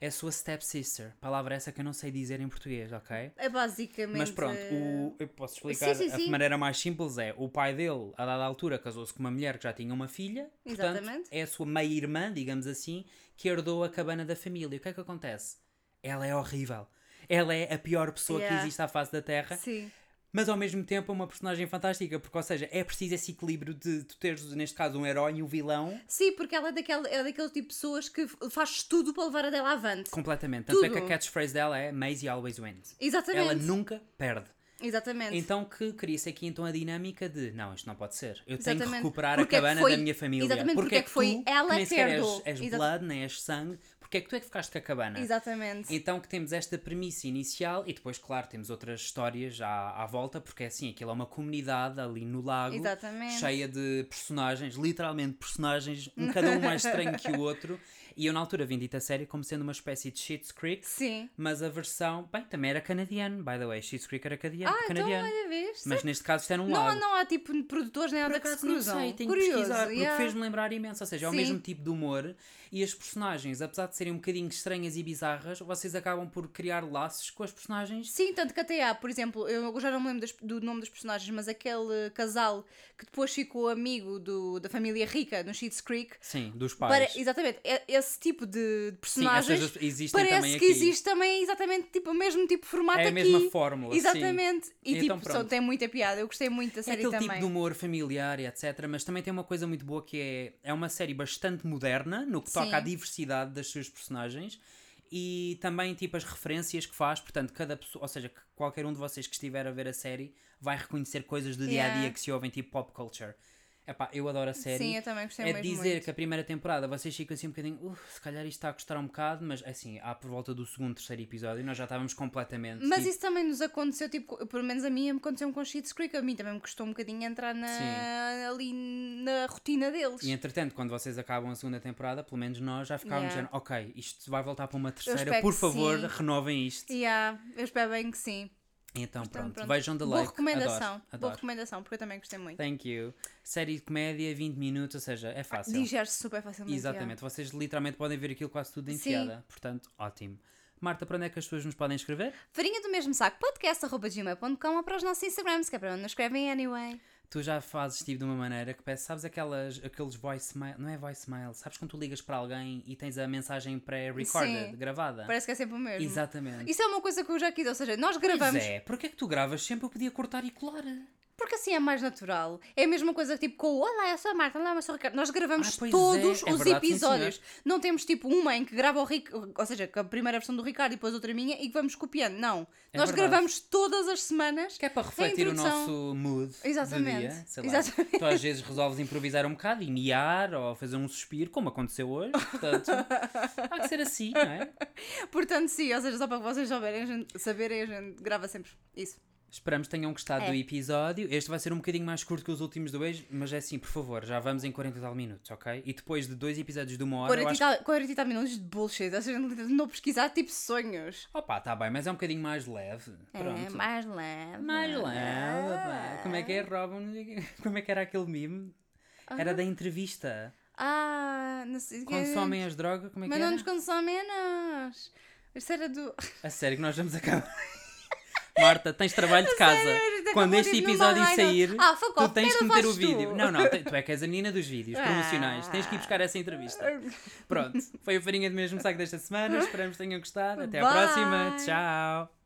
É a sua stepsister. Palavra essa que eu não sei dizer em português, ok?
É basicamente. eh,
Mas pronto, o- eu posso explicar.
Sim, sim,
A
sim.
maneira mais simples é o pai dele, a dada altura, casou-se com uma mulher que já tinha uma filha. Portanto,
Exatamente.
é a sua meia-irmã, digamos assim, que herdou a cabana da família. O que é que acontece? Ela é horrível. Ela é a pior pessoa que
Yeah.
existe à face da Terra
Sim.
mas ao mesmo tempo é uma personagem fantástica, porque, ou seja, é preciso esse equilíbrio de tu teres, neste caso, um herói e um vilão
Sim, porque ela é daquele, é daquele tipo de pessoas que faz tudo para levar a dela avante.
completamente. Tanto é que
Tudo.
a catchphrase dela é Maisie always wins.
Exatamente.
Ela nunca perde.
Exatamente.
Então que cria-se aqui então a dinâmica de não, isto não pode ser. Eu tenho que
Exatamente.
recuperar
Porque
a
é que
cabana
foi-
da minha família.
exatamente,
porque, é que foi tu,
ela
que nem
que
sequer és,
herdou.
és
Exa-
blood, nem és sangue, porque é que tu é que ficaste com a cabana.
Exatamente.
Então que temos esta premissa inicial e depois, claro, temos outras histórias à, à volta, porque é assim, aquilo é uma comunidade ali no lago,
Exatamente.
cheia de personagens, literalmente personagens, um cada um mais estranho que o outro. E eu na altura vim dita a série como sendo uma espécie de Shit's Creek,
Sim.
mas a versão, bem, também era canadiano, by the way, Shit's Creek era canadiano,
Ah, então
canadiano.
olha, vês?
mas neste caso isto é num
Não,
lago.
não há tipo produtores nem
Por
nada que se
acaso não
cruzam.
sei, tenho que
Curioso.
pesquisar, porque
yeah.
fez-me lembrar imenso, ou seja, é o
Sim.
mesmo tipo de humor e as personagens, apesar de serem um bocadinho estranhas e bizarras, vocês acabam por criar laços com as personagens.
Sim, tanto que até há, por exemplo, eu já não me lembro das- do nome dos personagens, mas aquele casal que depois ficou amigo do, da família rica no Sheets Creek.
Sim, dos
Para,
pais.
exatamente, é- esse tipo de, de
Sim, essas
personagens
as- existem também
parece
aqui.
que existe também exatamente tipo, o mesmo tipo de formato
É a
aqui.
mesma fórmula, sim.
Exatamente. E
Então,
tipo, só
pronto.
tem muita piada. Eu gostei muito da
É
série
aquele
também.
tipo de humor familiar, e etc. Mas também tem uma coisa muito boa que é, é uma série bastante moderna no que toca
Sim.
à diversidade das suas personagens e também tipo as referências que faz. Portanto, cada pessoa, ou seja, que qualquer um de vocês que estiver a ver a série vai reconhecer coisas do dia a dia
Yeah.
que se ouvem, tipo pop culture. Epá, eu adoro a série.
Sim, eu também gostei
É
mesmo
dizer
muito.
que a primeira temporada vocês ficam assim um bocadinho, "Uf, se calhar isto está a custar um bocado, mas assim, há por volta do segundo, terceiro episódio, nós já estávamos completamente.
Mas
tipo,
isso também nos aconteceu, tipo, co- pelo menos a mim aconteceu com Sheets Creek, a mim também me custou um bocadinho entrar na, ali na rotina deles.
E entretanto, quando vocês acabam a segunda temporada, pelo menos nós já ficávamos
Yeah.
dizendo, ok, isto vai voltar para uma terceira,
espero
por
que
favor,
sim."
renovem isto.
Yeah, eu espero bem que sim.
Então
Portanto,
pronto,
pronto.
vejam The
Boa
Lake.
recomendação.
Adoro,
Boa
adoro.
recomendação, porque eu também gostei muito.
Thank you. Série de comédia, 20 minutos, ou seja, é fácil.
Digere-se super facilmente.
Exatamente, vocês literalmente podem ver aquilo quase tudo em
Sim.
piada. Portanto, ótimo. Marta, para onde é que as pessoas nos podem escrever?
Yeah. Farinha do mesmo saco, podcast.gmail.com ou para os nossos Instagrams, que é para onde nos escrevem anyway.
Tu já fazes tipo de uma maneira que peço, sabes aquelas, aqueles voicemail, não é voicemail, sabes quando tu ligas para alguém e tens a mensagem pré-recorded,
Sim.
gravada?
Parece que é sempre o mesmo.
Exatamente.
Isso é uma coisa que eu já quis, ou seja, nós gravamos
Pois é, porque é que tu gravas sempre? Eu podia cortar e colar.
porque assim é mais natural. É a mesma coisa que tipo com o Olá, eu sou a Marta, olá, eu sou o Ricardo. Nós
Ah,
gravamos
pois é.
todos
É
os
verdade, sim,
episódios. não temos tipo uma em que grava o Ricardo, ou seja, com a primeira versão do Ricardo e depois outra minha e que vamos copiando. Não.
É
nós
verdade.
gravamos todas as semanas.
Que é para refletir o
introdução.
nosso mood. Do
Exatamente.
dia, sei lá.
Exatamente.
Tu às vezes resolves improvisar um bocado e miar ou fazer um suspiro, como aconteceu hoje. Portanto, há que ser assim, não é?
Portanto, sim, ou seja, só para que vocês souberem, a gente, saberem, a gente grava sempre isso.
Esperamos que tenham gostado
É.
do episódio. Este vai ser um bocadinho mais curto que os últimos dois, mas é assim, por favor, já vamos em 40 e tal minutos, ok? E depois de dois episódios de uma hora, eu
40 e
acho
tal- 40 e tal minutos de bullshit, ou seja, não pesquisar tipo sonhos.
que... Opa, tá bem, mas é um bocadinho mais leve. Pronto.
É, mais leve.
Mais leve. pá. Como é que é, Robin? Como é que era aquele meme? Era da entrevista.
Ah, não sei.
Consomem as drogas? Como é que
Mas
era?
não nos consomem a nós. Isto era do.
A sério que nós vamos acabar. Marta, tens trabalho de casa.
Sério,
Quando
acabou
este
de ir
episódio
numa
sair,
raia. Ah, fuck
tu
off,
tens que meter
primeiro
o
fazes tu.
vídeo. Não, não, te- tu é que és a menina dos vídeos
Ah.
promocionais. Tens que ir buscar essa entrevista. Pronto, foi o farinha do mesmo saco desta semana. Esperamos que tenham gostado. Até à
Bye.
próxima. Tchau.